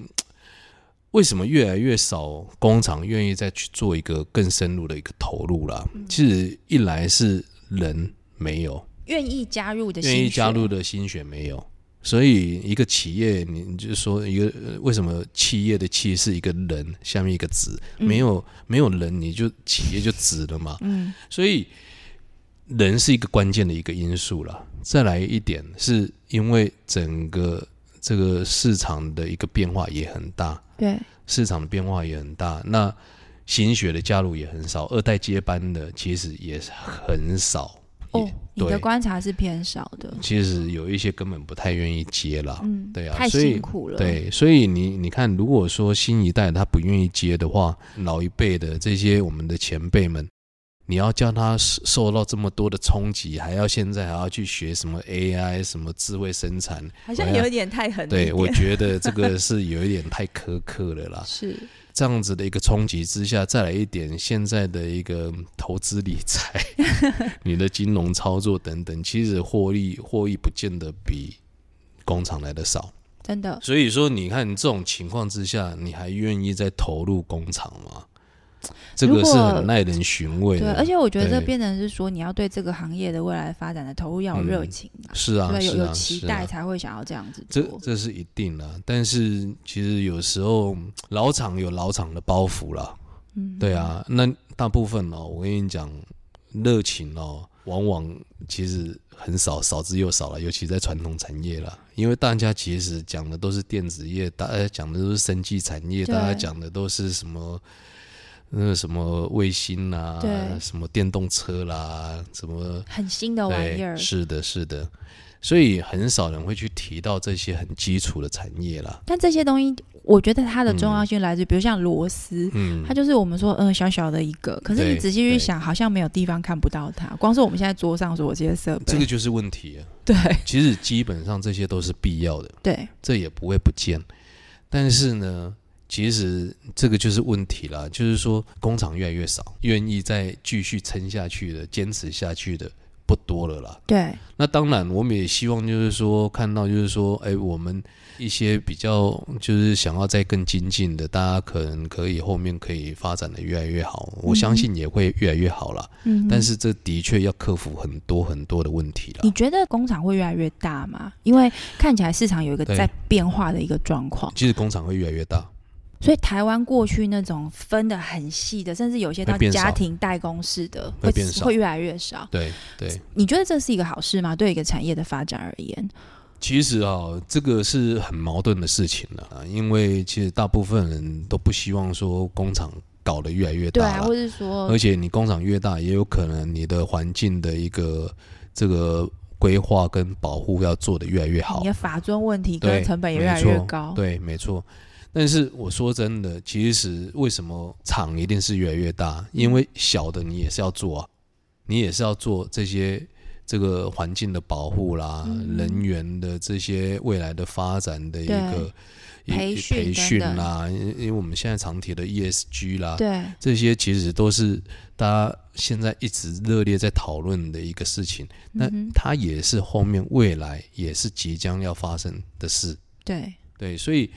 Speaker 3: 为什么越来越少工厂愿意再去做一个更深入的一个投入啦？
Speaker 2: 嗯
Speaker 3: 其实一来是人没有，
Speaker 2: 愿意加入的，
Speaker 3: 愿意加入，的心血没有。所以，一个企业，你你就说一个呃为什么企业的“企”是一个人下面一个“子”，没有没有人，你就企业就子了嘛。
Speaker 2: 嗯，
Speaker 3: 所以人是一个关键的一个因素啦。再来一点，是因为整个这个市场的一个变化也很大，
Speaker 2: 对，
Speaker 3: 市场的变化也很大，那新血的加入也很少，二代接班的其实也是很少。
Speaker 2: 哦
Speaker 3: 也，
Speaker 2: 你的
Speaker 3: 对
Speaker 2: 观察是偏少的，
Speaker 3: 其实有一些根本不太愿意接啦。
Speaker 2: 嗯，
Speaker 3: 对啊
Speaker 2: 太
Speaker 3: 所以
Speaker 2: 辛苦了，，
Speaker 3: 对，所以你你看，如果说新一代他不愿意接的话，老一辈的这些我们的前辈们，你要叫他受受到这么多的冲击，还要现在还要去学什么 AI、什么智慧生产，
Speaker 2: 好
Speaker 3: 像有
Speaker 2: 点太狠。
Speaker 3: 对我觉得这个是有一点太苛刻了啦
Speaker 2: 是
Speaker 3: 这样子的一个冲击之下，再来一点现在的一个嗯投资理财、 你的金融操作等等，其实获利获益不见得比工厂来的少。
Speaker 2: 真的，
Speaker 3: 所以说，你看这种情况之下，你还愿意再投入工厂吗？这
Speaker 2: 如
Speaker 3: 个是
Speaker 2: 果
Speaker 3: 很耐人寻味
Speaker 2: 对，
Speaker 3: 的。
Speaker 2: 而且我觉得这
Speaker 3: 对
Speaker 2: 变成是说，你要对这个行业的未来发展的投入要有热
Speaker 3: 嗯
Speaker 2: 情嘛，
Speaker 3: 是啊，
Speaker 2: 对，有
Speaker 3: 是
Speaker 2: 有
Speaker 3: 啊，
Speaker 2: 期
Speaker 3: 是
Speaker 2: 待
Speaker 3: 啊，
Speaker 2: 才会想要这样子
Speaker 3: 这
Speaker 2: 做。
Speaker 3: 这是一定的。但是其实有时候嗯老厂有老厂的包袱啦，
Speaker 2: 嗯，
Speaker 3: 对，啊。那大部分哦，我跟你讲，热情哦，往往其实很少，少之又少了，尤其在传统产业啦。因为大家其实讲的都是电子业，大家讲的都是生技产业，
Speaker 2: 对
Speaker 3: 大家讲的都是什么。那个什么卫星啦、
Speaker 2: 对
Speaker 3: 什么电动车啦，什么
Speaker 2: 很新的玩意
Speaker 3: 对，
Speaker 2: 儿，
Speaker 3: 是的，是的，所以很少人会去提到这些很基础的产业啦。
Speaker 2: 但这些东西，我觉得它的重要性来自，比如像螺丝。
Speaker 3: 嗯，
Speaker 2: 它就是我们说，嗯，小小的一个，可是你
Speaker 3: 对
Speaker 2: 仔细去想，好像没有地方看不到它。光是我们现在桌上所有这些设备，
Speaker 3: 这个就是问题啊。
Speaker 2: 对
Speaker 3: 其实基本上这些都是必要的。
Speaker 2: 对，
Speaker 3: 这也不会不见。但是呢，其实这个就是问题啦，就是说工厂越来越少，愿意再继续撑下去的、坚持下去的不多了啦。
Speaker 2: 对，
Speaker 3: 那当然，我们也希望就是说，看到就是说，哎，我们一些比较就是想要再更精进的，大家可能可以后面可以发展的越来越好，我相信也会越来越好啦。
Speaker 2: 嗯哼
Speaker 3: 但是这的确要克服很多很多的问题
Speaker 2: 你
Speaker 3: 啦。
Speaker 2: 觉得工厂会越来越大吗？因为看起来市场有一个
Speaker 3: 对
Speaker 2: 在变化的一个状况，
Speaker 3: 其实工厂会越来越大，
Speaker 2: 所以台湾过去那种分的很细的，甚至有些到
Speaker 3: 会变少
Speaker 2: 家庭代工式的，
Speaker 3: 会变少
Speaker 2: 会越来越少。
Speaker 3: 对对。
Speaker 2: 你觉得这是一个好事吗？对一个产业的发展而言，
Speaker 3: 其实啊、这个是很矛盾的事情了啊，因为其实大部分人都不希望说工厂搞得越来越
Speaker 2: 对
Speaker 3: 大啦
Speaker 2: 啊，或是说
Speaker 3: 而，且你工厂越大，也有可能你的环境的一个这个规划跟保护要做得越来越好
Speaker 2: 你。的法尊问题
Speaker 3: 对
Speaker 2: 跟成本也越来
Speaker 3: 没
Speaker 2: 越
Speaker 3: 错
Speaker 2: 高。
Speaker 3: 对，没错。但是我说真的，其实为什么厂一定是越来越大？因
Speaker 2: 嗯
Speaker 3: 为小的你也是要做啊，你也是要做这些这个环境的保护啦，
Speaker 2: 嗯
Speaker 3: 人员的这些未来的发展的一个一
Speaker 2: 培
Speaker 3: 一
Speaker 2: 训
Speaker 3: 培
Speaker 2: 等
Speaker 3: 训
Speaker 2: 等
Speaker 3: 啦，因因为我们现在常提的 ESG 啦，
Speaker 2: 对
Speaker 3: 这些其实都是大家现在一直热烈在讨论的一个事情。那
Speaker 2: 嗯哼
Speaker 3: 它也是后面未来也是即将要发生的事。
Speaker 2: 对
Speaker 3: 对，所以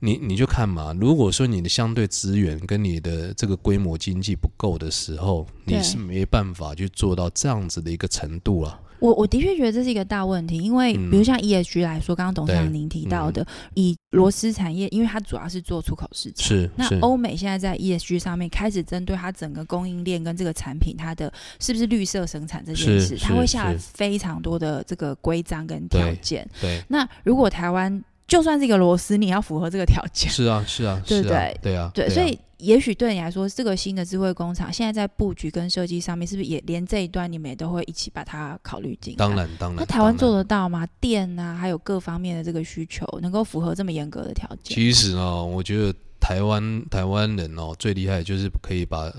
Speaker 3: 你你就看嘛，如果说你的相对资源跟你的这个规模经济不够的时候，
Speaker 2: 对
Speaker 3: 你是没办法去做到这样子的一个程度啊。
Speaker 2: 我我的确觉得这是一个大问题，因为
Speaker 3: 嗯
Speaker 2: 比如像 ESG 来说，刚刚董事长
Speaker 3: 对嗯
Speaker 2: 您提到的，以螺丝产业，因为它主要是做出口市场。
Speaker 3: 是
Speaker 2: 那哦欧美现在在 ESG 上面开始针对它整个供应链跟这个产品，它的是不是绿色生产这件
Speaker 3: 是
Speaker 2: 事，
Speaker 3: 是
Speaker 2: 它会下
Speaker 3: 是
Speaker 2: 非常多的这个规章跟条
Speaker 3: 对
Speaker 2: 件。
Speaker 3: 对，
Speaker 2: 那如果台湾就算是一个螺丝，你也要符合这个条件，
Speaker 3: 是啊是啊，
Speaker 2: 对
Speaker 3: 是啊
Speaker 2: 对
Speaker 3: 对啊，
Speaker 2: 对，
Speaker 3: 啊
Speaker 2: 所以也许对你来说，这个新的智慧工厂现在在布局跟设计上面，是不是也连这一端你们也都会一起把它考虑进来？
Speaker 3: 当。然当然，
Speaker 2: 呃那台湾
Speaker 3: 当然
Speaker 2: 做得到吗？电啊，还有各方面的这个需求，能够符合这么严格的条件？
Speaker 3: 其实哦，我觉得台湾台湾人哦最厉害就是可以把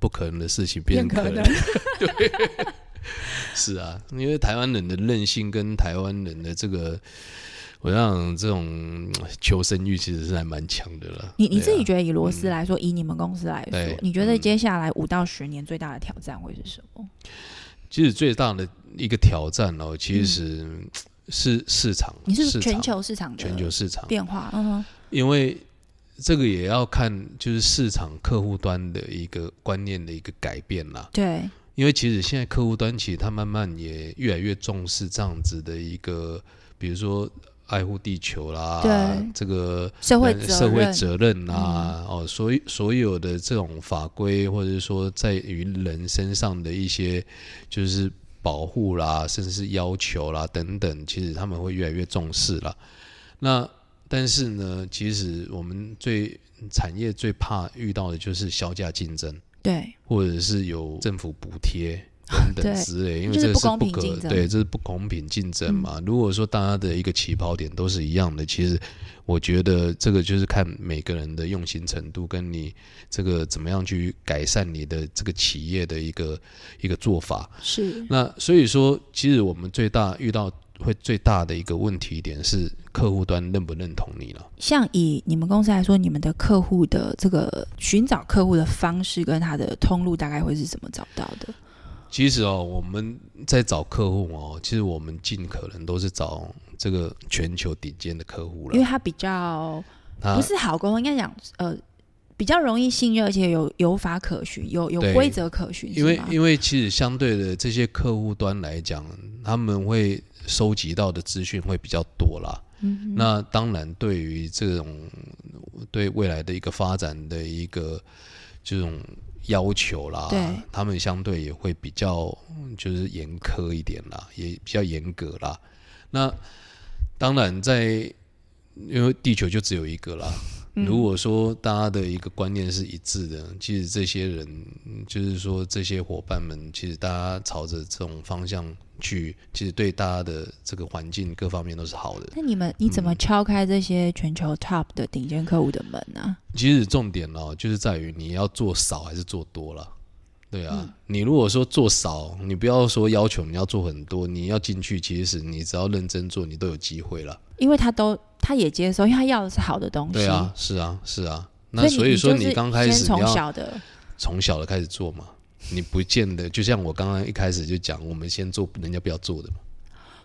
Speaker 3: 不可能的事情变成可能。是啊，因为台湾人的韧性跟台湾人的这个，我想这种嗯求生欲其实是还蛮强的了。
Speaker 2: 你你
Speaker 3: 对
Speaker 2: 自
Speaker 3: 啊
Speaker 2: 己觉得以罗斯来说，以你们公司来说
Speaker 3: 对，
Speaker 2: 你觉得
Speaker 3: 嗯
Speaker 2: 接下来五到十年最大的挑战会是什么？
Speaker 3: 其实最大的一个挑战哦，其实是市场，
Speaker 2: 嗯你是
Speaker 3: 市场
Speaker 2: 全球市场
Speaker 3: 全球
Speaker 2: 的
Speaker 3: 市场，
Speaker 2: 变化，嗯哼，
Speaker 3: 因为这个也要看就是市场客户端的一个观念的一个改变啦。
Speaker 2: 对，
Speaker 3: 因为其实现在客户端其实他慢慢也越来越重视这样子的一个，比如说爱护地球啦，
Speaker 2: 对
Speaker 3: 这个
Speaker 2: 社会
Speaker 3: 呃
Speaker 2: 责
Speaker 3: 社会
Speaker 2: 任，嗯
Speaker 3: 责任啊，哦，所以所有的这种法规或者说在于人身上的一些就是保护啦，甚至是要求啦等等，其实他们会越来越重视啦。那但是呢，其实我们最产业最怕遇到的就是销价竞争。
Speaker 2: 对，
Speaker 3: 或者是有政府补贴等
Speaker 2: 啊对
Speaker 3: 等之类，因为
Speaker 2: 就是
Speaker 3: 这个
Speaker 2: 不
Speaker 3: 是
Speaker 2: 公
Speaker 3: 不
Speaker 2: 平
Speaker 3: 可
Speaker 2: 竞争嗯
Speaker 3: 对，这是不公平竞争嘛。如果说大家的一个起跑点都是一样的，其实我觉得这个就是看每个人的用心程度，跟你这个怎么样去改善你的这个企业的一个一个做法。
Speaker 2: 是，
Speaker 3: 那所以说，其实我们最大遇到会最大的一个问题点是客户端认不认同你了。
Speaker 2: 像以你们公司来说，你们的客户的这个寻找客户的方式跟他的通路大概会是怎么找到的？
Speaker 3: 其实哦，我们在找客户哦，其实我们尽可能都是找这个全球顶尖的客户
Speaker 2: 因为
Speaker 3: 了。
Speaker 2: 他比较
Speaker 3: 他
Speaker 2: 不是好沟通，应该讲呃比较容易信任，而且有有法可循，有有
Speaker 3: 对
Speaker 2: 规则可循，
Speaker 3: 因为
Speaker 2: 是吗
Speaker 3: 因为其实相对的这些客户端来讲，他们会收集到的资讯会比较多啦。
Speaker 2: 嗯哼
Speaker 3: 那当然，对于这种对未来的一个发展的一个这种要求啦
Speaker 2: 对，
Speaker 3: 他们相对也会比较嗯就是严苛一点啦，也比较严格啦。那当然在。因为地球就只有一个啦。
Speaker 2: 嗯
Speaker 3: 如果说大家的一个观念是一致的，其实这些人，嗯就是说这些伙伴们，其实大家朝着这种方向去，其实对大家的这个环境各方面都是好的。
Speaker 2: 那你们你
Speaker 3: 嗯
Speaker 2: 怎么敲开这些全球 top 的顶尖客户的门啊呢、
Speaker 3: 其实重点哦，就是在于你要做少还是做多了。对啊，
Speaker 2: 嗯
Speaker 3: 你如果说做少，你不要说要求你要做很多，你要进去，其实你只要认真做，你都有机会了。
Speaker 2: 因为他都他也接受，因为他要的是好的东西。
Speaker 3: 对啊，是啊，是啊。那
Speaker 2: 所
Speaker 3: 所以说
Speaker 2: 你就是
Speaker 3: 刚开始
Speaker 2: 先
Speaker 3: 你
Speaker 2: 从
Speaker 3: 要
Speaker 2: 小的
Speaker 3: 从小的开始做嘛，你不见得就像我刚刚一开始就讲，我们先做人家不要做的嘛。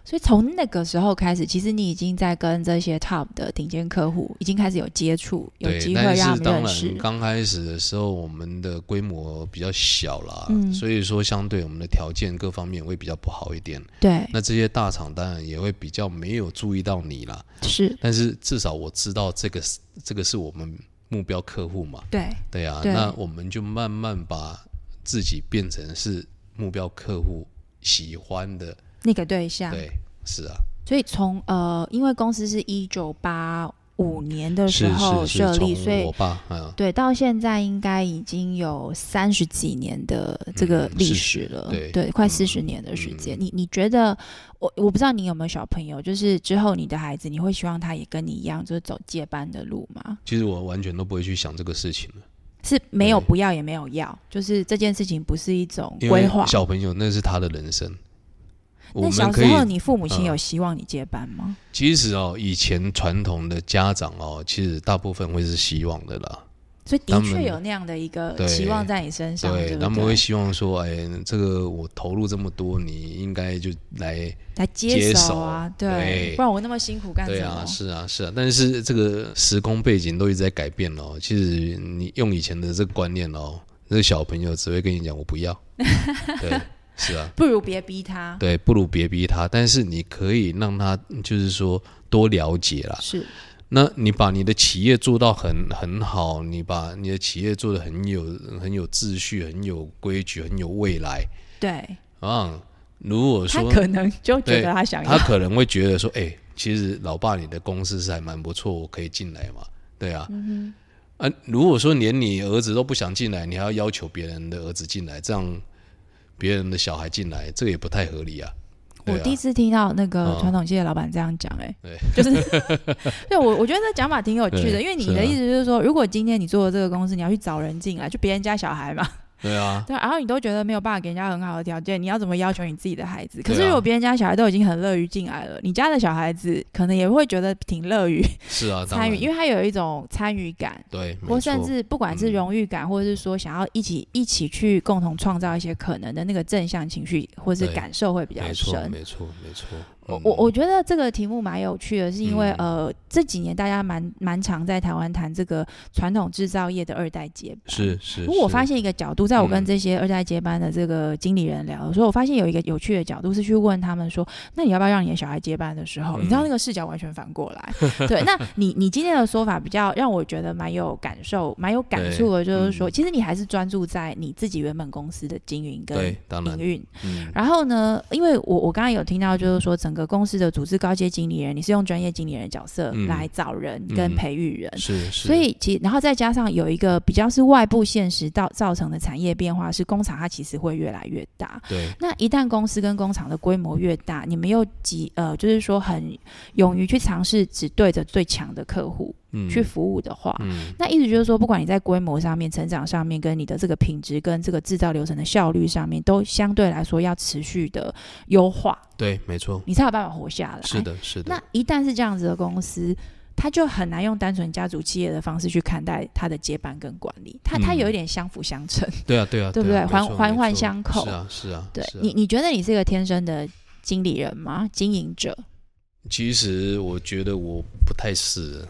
Speaker 2: 所以从那个时候开始，其实你已经在跟这些 top 的顶尖客户已经开始有接触，有
Speaker 3: 对，
Speaker 2: 机会让
Speaker 3: 但是
Speaker 2: 他们
Speaker 3: 当
Speaker 2: 认
Speaker 3: 然
Speaker 2: 识。
Speaker 3: 刚开始的时候，我们的规模比较小啦，
Speaker 2: 嗯
Speaker 3: 所以说相对我们的条件各方面会比较不好一点。
Speaker 2: 对，
Speaker 3: 那这些大厂当然也会比较没有注意到你啦，
Speaker 2: 是，
Speaker 3: 但是至少我知道这个是这个是我们目标客户嘛，
Speaker 2: 对，
Speaker 3: 对啊，
Speaker 2: 对
Speaker 3: 那我们就慢慢把自己变成是目标客户喜欢的，
Speaker 2: 那个对象。
Speaker 3: 对，是啊，
Speaker 2: 所以从呃，因为公司是一九八五年的时
Speaker 3: 是
Speaker 2: 候
Speaker 3: 是
Speaker 2: 设
Speaker 3: 是，
Speaker 2: 立，所
Speaker 3: 从
Speaker 2: 以
Speaker 3: 我爸嗯。
Speaker 2: 对到现在应该已经有三十几年的这个历史了，
Speaker 3: 嗯40对
Speaker 2: 快
Speaker 3: 嗯
Speaker 2: 四十年的时间。你你觉得我我不知道你有没有小朋友，就是之后你的孩子，你会希望他也跟你一样，就是走接班的路吗？
Speaker 3: 其实我完全都不会去想这个事情了，
Speaker 2: 是没有
Speaker 3: 对
Speaker 2: 不要也没有要，就是这件事情不是一种
Speaker 3: 因
Speaker 2: 规
Speaker 3: 为
Speaker 2: 划。
Speaker 3: 小朋友那是他的人生。我
Speaker 2: 那小
Speaker 3: 们可
Speaker 2: 时
Speaker 3: 以
Speaker 2: 候你父母亲
Speaker 3: 嗯
Speaker 2: 有希望你接班吗？
Speaker 3: 其实哦，以前传统的家长哦，其实大部分会是希望的啦，
Speaker 2: 所以的
Speaker 3: 他们
Speaker 2: 确有那样的一个
Speaker 3: 对
Speaker 2: 期望在你身上，对不
Speaker 3: 他们
Speaker 2: 对
Speaker 3: 会希望说，哎，这个我投入这么多，你应该就来，
Speaker 2: 来接
Speaker 3: 接
Speaker 2: 手
Speaker 3: 手
Speaker 2: 啊，
Speaker 3: 对
Speaker 2: 不然我那么辛苦干
Speaker 3: 对
Speaker 2: 什么？
Speaker 3: 啊，是啊，是啊。但是这个时空背景都一直在改变哦，其实你用以前的这个观念哦，那个小朋友只会跟你讲我不要，对，是啊，
Speaker 2: 不如别逼他。
Speaker 3: 对，不如别逼他，但是你可以让他就是说多了解啦，
Speaker 2: 是，
Speaker 3: 那你把你的企业做到很很好，你把你的企业做得很有很有秩序、很有规矩、很有未来
Speaker 2: 对
Speaker 3: 啊。如果
Speaker 2: 他
Speaker 3: 说
Speaker 2: 可能就觉
Speaker 3: 对
Speaker 2: 得他想
Speaker 3: 他
Speaker 2: 要，
Speaker 3: 可能会觉得说，哎、其实老爸你的公司是还蛮不错，我可以进来嘛，对啊。
Speaker 2: 嗯
Speaker 3: 啊，如果说连你儿子都不想进来，你还要要求别人的儿子进来，这样别人的小孩进来，这个也不太合理啊。对
Speaker 2: 我
Speaker 3: 啊
Speaker 2: 第一次听到那个
Speaker 3: 嗯
Speaker 2: 传统企业老板这样讲、哎、
Speaker 3: 对
Speaker 2: 就是 对我我觉得这讲法挺有趣的，
Speaker 3: 对
Speaker 2: 因为你
Speaker 3: 是
Speaker 2: 的
Speaker 3: 啊
Speaker 2: 意思就是说，如果今天你做的这个公司，你要去找人进来，就别人家小孩嘛，
Speaker 3: 对啊，
Speaker 2: 对，然后你都觉得没有办法给人家很好的条件，你要怎么要求你自己的孩子？可
Speaker 3: 对
Speaker 2: 是
Speaker 3: 啊
Speaker 2: 如果别人家小孩都已经很乐于进来了，你家的小孩子可能也会觉得挺乐于
Speaker 3: 是啊，当
Speaker 2: 参与，
Speaker 3: 然
Speaker 2: 因为他有一种参与感，
Speaker 3: 对，没
Speaker 2: 或甚
Speaker 3: 错
Speaker 2: 至不管是
Speaker 3: 嗯
Speaker 2: 荣誉感，或者是说想要一起一起去共同创造一些可能的那个正向情绪，或是
Speaker 3: 对
Speaker 2: 感受会比较
Speaker 3: 没错，
Speaker 2: 深。
Speaker 3: 没错，没错。
Speaker 2: 我
Speaker 3: 嗯
Speaker 2: 我我觉得这个题目蛮有趣的，是因为、
Speaker 3: 嗯
Speaker 2: 呃这几年大家蛮蛮常在台湾谈这个传统制造业的二代接班。
Speaker 3: 是是，
Speaker 2: 不过我
Speaker 3: 是
Speaker 2: 发现一个角度，在我跟
Speaker 3: 嗯
Speaker 2: 这些二代接班的这个经理人聊的时候，我发现有一个有趣的角度是去问他们说：“那你要不要让你的小孩接班的时候，你知道
Speaker 3: 嗯
Speaker 2: 那个视角完全反过来。对，那你你今天的说法比较让我觉得蛮有感受、蛮有感触的，就是说，
Speaker 3: 嗯
Speaker 2: 其实你还是专注在你自己原本公司的经营跟
Speaker 3: 对，当
Speaker 2: 营
Speaker 3: 然，
Speaker 2: 运。
Speaker 3: 嗯，
Speaker 2: 然后呢，因为我我刚刚有听到，就是说整个公司的组织高阶经理人，你是用专业经理人的角色
Speaker 3: 嗯
Speaker 2: 来找人跟
Speaker 3: 嗯
Speaker 2: 培育人。
Speaker 3: 是是，
Speaker 2: 所以其然后再加上有一个比较是外部现实到造成的产业变化，是工厂它其实会越来越大。
Speaker 3: 对
Speaker 2: 那一旦公司跟工厂的规模越大，你们又极呃，就是说很勇于去尝试只对着最强的客户
Speaker 3: 嗯
Speaker 2: 去服务的话，
Speaker 3: 嗯
Speaker 2: 那意思就是说，不管你在规模上面、成长上面，跟你的这个品质跟这个制造流程的效率上面，都相对来说要持续的优化，
Speaker 3: 对，没错，
Speaker 2: 你才有办法活下来。
Speaker 3: 是的是的
Speaker 2: 哎那，一旦是这样子的公司，他就很难用单纯家族企业的方式去看待他的接班跟管理，他他
Speaker 3: 嗯
Speaker 2: 有一点相辅相成。
Speaker 3: 对啊对啊，
Speaker 2: 对不对
Speaker 3: 啊没
Speaker 2: 环
Speaker 3: 错
Speaker 2: 环
Speaker 3: 没
Speaker 2: 环
Speaker 3: 错
Speaker 2: 相扣
Speaker 3: 是啊是啊，
Speaker 2: 对
Speaker 3: 是啊
Speaker 2: 你，你觉得你是一个天生的经理人吗？经营者？
Speaker 3: 其实我觉得我不太 是，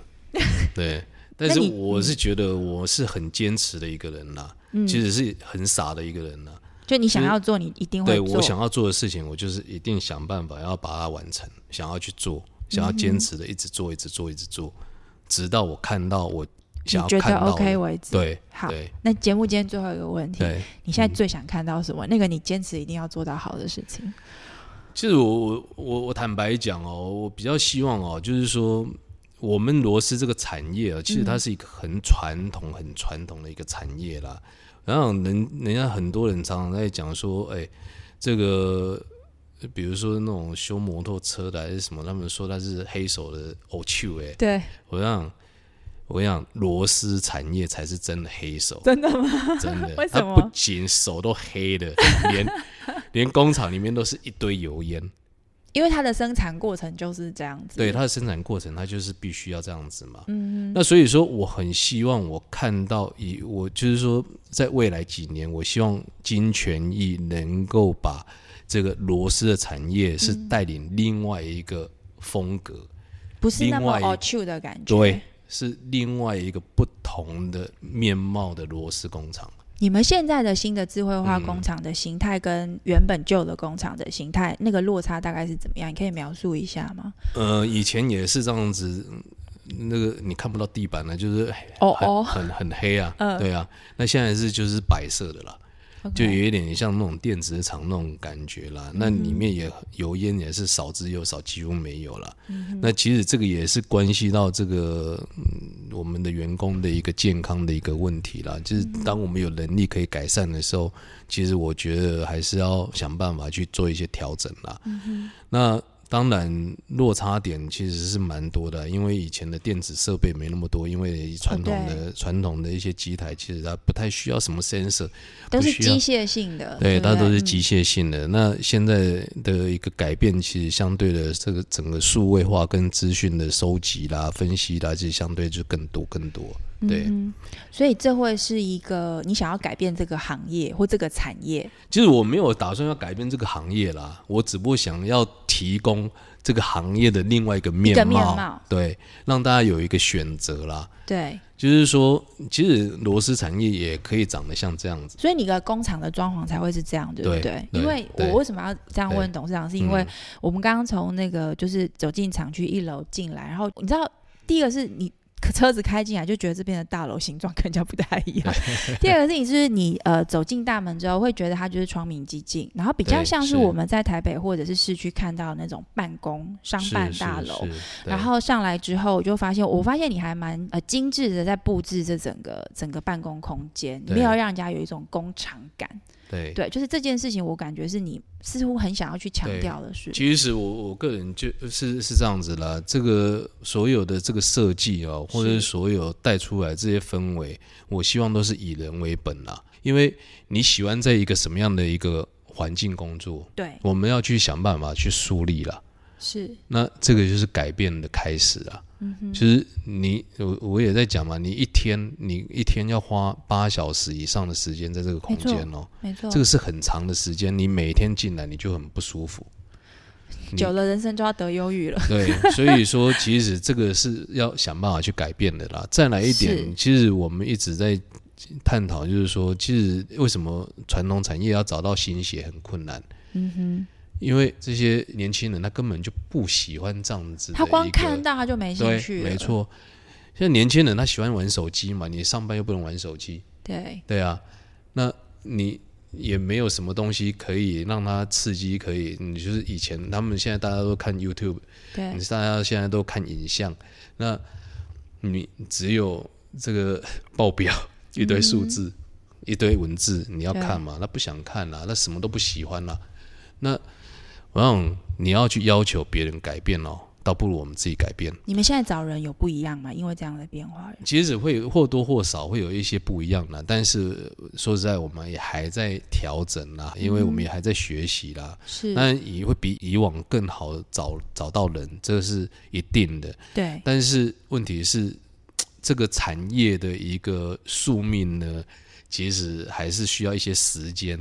Speaker 3: 对。但
Speaker 2: 那
Speaker 3: 是
Speaker 2: 你
Speaker 3: 我是觉得我是很坚持的一个人啦，
Speaker 2: 嗯，
Speaker 3: 其实是很傻的一个人啦。
Speaker 2: 就你想
Speaker 3: 其实
Speaker 2: 要做，你一定会
Speaker 3: 对
Speaker 2: 做。
Speaker 3: 我想要做的事情，我就是一定想办法要把它完成，想要去做，想要
Speaker 2: 嗯
Speaker 3: 坚持的一直做，一直做，一直做，直到我看到我想
Speaker 2: 你
Speaker 3: 要
Speaker 2: 觉
Speaker 3: 看
Speaker 2: 得
Speaker 3: 到的。
Speaker 2: OK 为止。
Speaker 3: 对
Speaker 2: 好
Speaker 3: 对
Speaker 2: 那节目今天最后一个问题，
Speaker 3: 对，
Speaker 2: 你现在最想看到什么？那个你坚持一定要做到好的事情。
Speaker 3: 其实我我我我坦白讲哦，我比较希望哦，就是说我们螺丝这个产业啊，其实它是一个很传统、很传统的一个产业啦。然后人人家很多人常常在讲说，哎，这个比如说那种修摩托车的还是什么，他们说它是黑手的 O 趣哎，
Speaker 2: 对，
Speaker 3: 我想。我想螺丝产业才是真的黑手，
Speaker 2: 真的吗？
Speaker 3: 真的，
Speaker 2: 为什
Speaker 3: 他
Speaker 2: 么
Speaker 3: 不 仅手都黑的，连连工厂里面都是一堆油烟。
Speaker 2: 因为它的生产过程就是这样子。
Speaker 3: 对它的生产过程，它就是必须要这样子嘛。
Speaker 2: 嗯哼，
Speaker 3: 那所以说，我很希望我看到以我就是说，在未来几年，我希望金权益能够把这个螺丝的产业是带领另外一个风格，
Speaker 2: 嗯不是那么
Speaker 3: 另外
Speaker 2: all true 的感觉。
Speaker 3: 对，，是另外一个不同的面貌的螺丝工厂。
Speaker 2: 你们现在的新的智慧化
Speaker 3: 嗯
Speaker 2: 工厂的形态跟原本旧的工厂的形态，那个落差大概是怎么样？你可以描述一下吗？
Speaker 3: 呃，以前也是这样子，那个你看不到地板呢，啊就是
Speaker 2: 哦
Speaker 3: 很
Speaker 2: 哦，
Speaker 3: 很很黑啊，
Speaker 2: 嗯
Speaker 3: 对啊。那现在是就是白色的啦，就有一点像那种电子厂那种感觉啦。那里面也油烟也是少之又少，几乎没有了。
Speaker 4: 嗯
Speaker 3: 那其实这个也是关系到这个、嗯、我们的员工的一个健康的一个问题啦。就是
Speaker 4: 嗯
Speaker 3: 当我们有能力可以改善的时候，其实我觉得还是要想办法去做一些调整啦。
Speaker 4: 嗯
Speaker 3: 那当然，落差点其实是蛮多的，啊因为以前的电子设备没那么多，因为
Speaker 4: 哦
Speaker 3: 传统的、传统的一些机台，其实它不太需要什么 sensor，
Speaker 4: 都是
Speaker 3: 不需要
Speaker 4: 机械性的，
Speaker 3: 对，
Speaker 4: 不
Speaker 3: 它
Speaker 2: 嗯
Speaker 3: 都是机械性的。那现在的一个改变，其实相对的这个整个数位化跟资讯的收集啦、分析啦，其实相对就更多更多。对，
Speaker 2: 嗯哼，所以这会是一个你想要改变这个行业或这个产业，
Speaker 3: 其实我没有打算要改变这个行业啦，我只不过想要提供这个行业的另外一个
Speaker 2: 一
Speaker 3: 面
Speaker 2: 个
Speaker 3: 貌，
Speaker 2: 面貌
Speaker 3: 对，让大家有一个选择啦。
Speaker 2: 对，
Speaker 3: 就是说，其实螺丝产业也可以长得像这样子。
Speaker 2: 所以你的工厂的装潢才会是这样，对不
Speaker 3: 对
Speaker 2: 对？
Speaker 3: 对
Speaker 2: 因为
Speaker 3: 对
Speaker 2: 我为什么要这样问
Speaker 3: 对
Speaker 2: 董事长，是因为
Speaker 3: 嗯
Speaker 2: 我们刚刚从那个就是走进厂区一楼进来，然后你知道，第一个是你。车子开进来就觉得这边的大楼形状跟人家不太 一样。第二个事情就是你呃走进大门之后，会觉得它就是窗明几净，然后比较
Speaker 3: 对
Speaker 2: 像是
Speaker 3: 是
Speaker 2: 我们在台北或者是市区看到的那种办公商
Speaker 3: 是
Speaker 2: 办
Speaker 3: 是
Speaker 2: 大楼，
Speaker 3: 是对嗯
Speaker 2: 然后上来之后，我就发现，我发现你还蛮呃精致的，在布置这整个整个办公空间，
Speaker 3: 对
Speaker 2: 没有让人家有一种工厂感。
Speaker 3: 对
Speaker 2: 对，就是这件事情，我感觉是你似乎很想要去强
Speaker 3: 对
Speaker 2: 调的是，
Speaker 3: 其实我我个人就是是这样子啦，这个所有的这个设计哦，或者是所有带出来这些氛围，我希望都是以人为本啦。因为你喜欢在一个什么样的一个环境工作，
Speaker 2: 对，
Speaker 3: 我们要去想办法去树立啦。
Speaker 2: 是，
Speaker 3: 那这个就是改变的开始啊。
Speaker 2: 嗯
Speaker 3: 就是你我我也在讲嘛，你一天你一天要花八小时以上的时间在这个空间哦，
Speaker 2: 没错。
Speaker 3: 这个是很长的时间，你每天进来你就很不舒服。你
Speaker 2: 久了，人生就要得忧郁了。
Speaker 3: 对，所以说其实这个是要想办法去改变的 啦。再来一
Speaker 2: 是
Speaker 3: 点，其实我们一直在探讨，就是说，其实为什么传统产业要找到新血很困难？
Speaker 2: 嗯哼，
Speaker 3: 因为这些年轻人他根本就不喜欢这样子的一
Speaker 2: 他
Speaker 3: 个，
Speaker 2: 光看到他就没兴
Speaker 3: 对，
Speaker 2: 趣了，
Speaker 3: 没，错。现在年轻人他喜欢玩手机嘛，你上班又不能玩手机，
Speaker 2: 对，
Speaker 3: 对啊，那你也没有什么东西可以让他刺激，可以，你就是以前他们现在大家都看 YouTube，
Speaker 2: 对
Speaker 3: 你，大家现在都看影像，那你只有这个报表一堆数字、一堆文字，你要看嘛？他不想看啦、他什么都不喜欢啦、啊那我想你要去要求别人改变哦，倒不如我们自己改变。
Speaker 2: 你们现在找人有不一样吗？因为这样的变化，
Speaker 3: 其实会或多或少会有一些不一样啦，但是说实在，我们也还在调整啦，因为我们也还在学习啦。
Speaker 2: 是，
Speaker 3: 当然也会比以往更好找找到人，这是一定的。
Speaker 2: 对，
Speaker 3: 但是问题是，这个产业的一个宿命呢，其实还是需要一些时间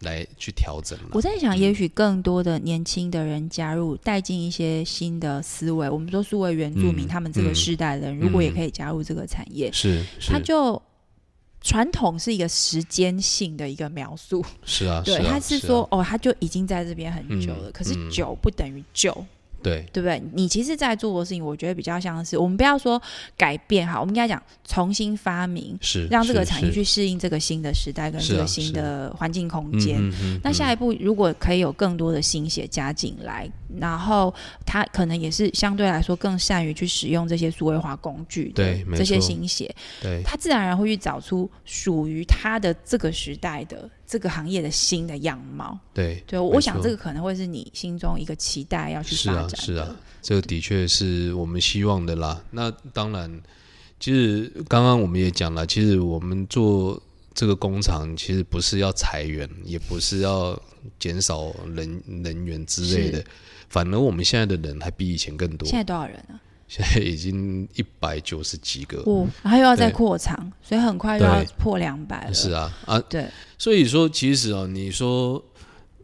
Speaker 3: 来去调整啦
Speaker 2: 我在想，也许更多的年轻的人加入，带进一些新的思维。我们说，数位原住民、
Speaker 3: 嗯
Speaker 2: 他们这个世代的人，
Speaker 3: 嗯
Speaker 2: 如果也可以加入这个产业，
Speaker 3: 是
Speaker 2: 他
Speaker 3: 是
Speaker 2: 就传统是一个时间性的一个描述，
Speaker 3: 是啊，
Speaker 2: 对，
Speaker 3: 啊
Speaker 2: 他是
Speaker 3: 啊
Speaker 2: 说、哦，他就已经在这边很久了，
Speaker 3: 嗯
Speaker 2: 可是
Speaker 3: 嗯
Speaker 2: 久不等于旧，
Speaker 3: 对
Speaker 2: 对不对？你其实在做的事情，我觉得比较像是我们不要说改变哈，我们应该讲重新发明，
Speaker 3: 是
Speaker 2: 让这个
Speaker 3: 是
Speaker 2: 产业
Speaker 3: 是
Speaker 2: 去适应这个新的时代跟
Speaker 3: 是
Speaker 2: 这个
Speaker 3: 啊
Speaker 2: 新
Speaker 3: 是
Speaker 2: 的环境空
Speaker 3: 嗯
Speaker 2: 间。
Speaker 3: 嗯嗯
Speaker 2: 那下
Speaker 3: 嗯
Speaker 2: 一步如果可以有更多的新血加进来，然后他可能也是相对来说更善于去使用这些数位化工具的
Speaker 3: 对没
Speaker 2: 这些
Speaker 3: 错
Speaker 2: 新血，
Speaker 3: 对
Speaker 2: 他自然而然会去找出属于他的这个时代的这个行业的新的样貌。
Speaker 3: 对
Speaker 2: 对，我
Speaker 3: 没
Speaker 2: 想
Speaker 3: 错
Speaker 2: 这个可能会是你心中一个期待要去
Speaker 3: 是
Speaker 2: 发展
Speaker 3: 啊
Speaker 2: 的。
Speaker 3: 是啊，这个的确是我们希望的啦。那当然，其实刚刚我们也讲了，其实我们做这个工厂其实不是要裁员，也不是要减少人人员之类的
Speaker 5: 是，
Speaker 3: 反而我们现在的人还比以前更多
Speaker 5: 现，在多少人啊？
Speaker 3: 现在已经一百九十几个。
Speaker 5: 哦，
Speaker 2: 他又要再
Speaker 3: 对
Speaker 2: 扩厂，所以很快又要
Speaker 3: 对
Speaker 2: 破两百了。
Speaker 3: 是啊，啊，
Speaker 5: 对，
Speaker 3: 所以说其实啊，你说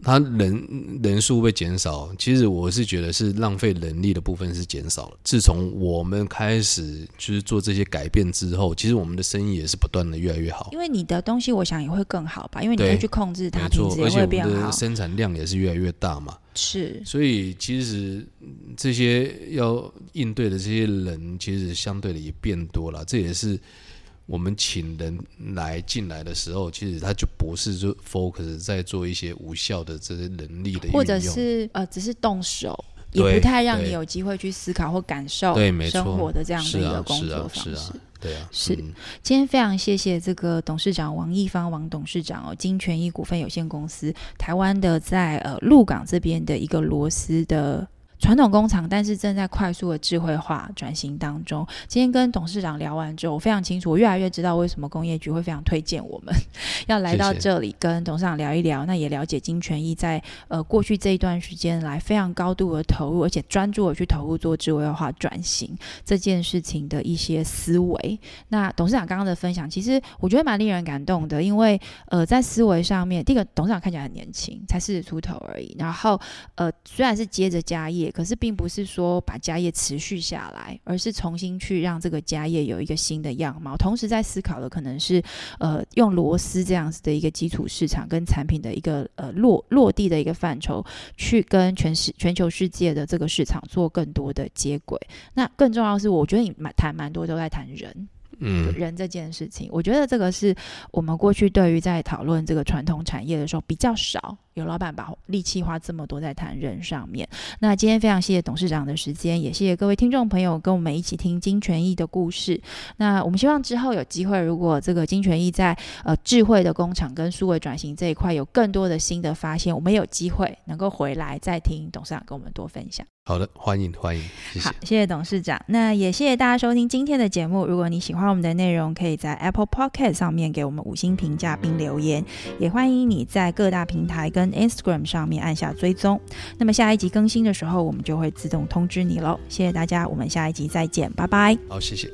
Speaker 3: 他人人数会减少，其实我是觉得是浪费人力的部分是减少了。自从我们开始就是做这些改变之后，其实我们的生意也是不断的越来越好，
Speaker 2: 因为你的东西，我想也会更好吧，因为你
Speaker 3: 对
Speaker 2: 会去控制它，
Speaker 3: 没
Speaker 2: 品
Speaker 3: 错
Speaker 2: 质，也
Speaker 3: 而且
Speaker 2: 会
Speaker 3: 我
Speaker 2: 变
Speaker 3: 们
Speaker 2: 好
Speaker 3: 的。生产量也是越来越大嘛。
Speaker 2: 是，
Speaker 3: 所以其实嗯这些要应对的这些人，其实相对的也变多了。这也是我们请人来进来的时候，其实他就不是就 focus 在做一些无效的这些能力的运用，
Speaker 2: 或者是呃，只是动手，也
Speaker 3: 对
Speaker 2: 不太让你
Speaker 3: 对
Speaker 2: 有机会去思考或感受
Speaker 3: 对，没错，
Speaker 2: 生活的这样的
Speaker 3: 是
Speaker 2: 一
Speaker 3: 啊
Speaker 2: 个工作方
Speaker 3: 是啊，是
Speaker 2: 式
Speaker 3: 啊。对啊，
Speaker 2: 是
Speaker 3: 嗯
Speaker 2: 今天非常谢谢这个董事长王一芳王董事长哦，金权益股份有限公司台湾的在呃鹿港这边的一个螺丝的。传统工厂，但是正在快速的智慧化转型当中。今天跟董事长聊完之后，我非常清楚，我越来越知道为什么工业局会非常推荐我们 要来到
Speaker 3: 谢谢
Speaker 2: 这里跟董事长聊一聊。那也了解金权益在呃过去这一段时间来非常高度的投入，而且专注的去投入做智慧化转型这件事情的一些思维。那董事长刚刚的分享，其实我觉得蛮令人感动的，因为呃，在思维上面，第一个董事长看起来很年轻，才四十出头而已。然后呃，虽然是接着家业，可是并不是说把家业持续下来，而是重新去让这个家业有一个新的样貌。同时在思考的可能是呃，用螺丝这样子的一个基础市场跟产品的一个呃落落地的一个范畴，去跟全世全球世界的这个市场做更多的接轨。那更重要的是，我觉得你蛮谈蛮多都在谈人。
Speaker 3: 嗯，
Speaker 2: 人这件事情，我觉得这个是我们过去对于在讨论这个传统产业的时候比较少，有老板把力气花这么多在谈人上面。那今天非常谢谢董事长的时间，也谢谢各位听众朋友跟我们一起听金权益的故事。那我们希望之后有机会，如果这个金权益在呃智慧的工厂跟数位转型这一块有更多的新的发现，我们有机会能够回来再听董事长跟我们多分享。
Speaker 3: 好的，欢迎欢迎，谢谢
Speaker 2: 好，，谢谢董事长。那也谢谢大家收听今天的节目。如果你喜欢我们的内容，可以在 Apple Podcast 上面给我们五星评价并留言，也欢迎你在各大平台跟 Instagram 上面按下追踪。那么下一集更新的时候，我们就会自动通知你喽。谢谢大家，我们下一集再见，拜拜。
Speaker 3: 好，谢谢，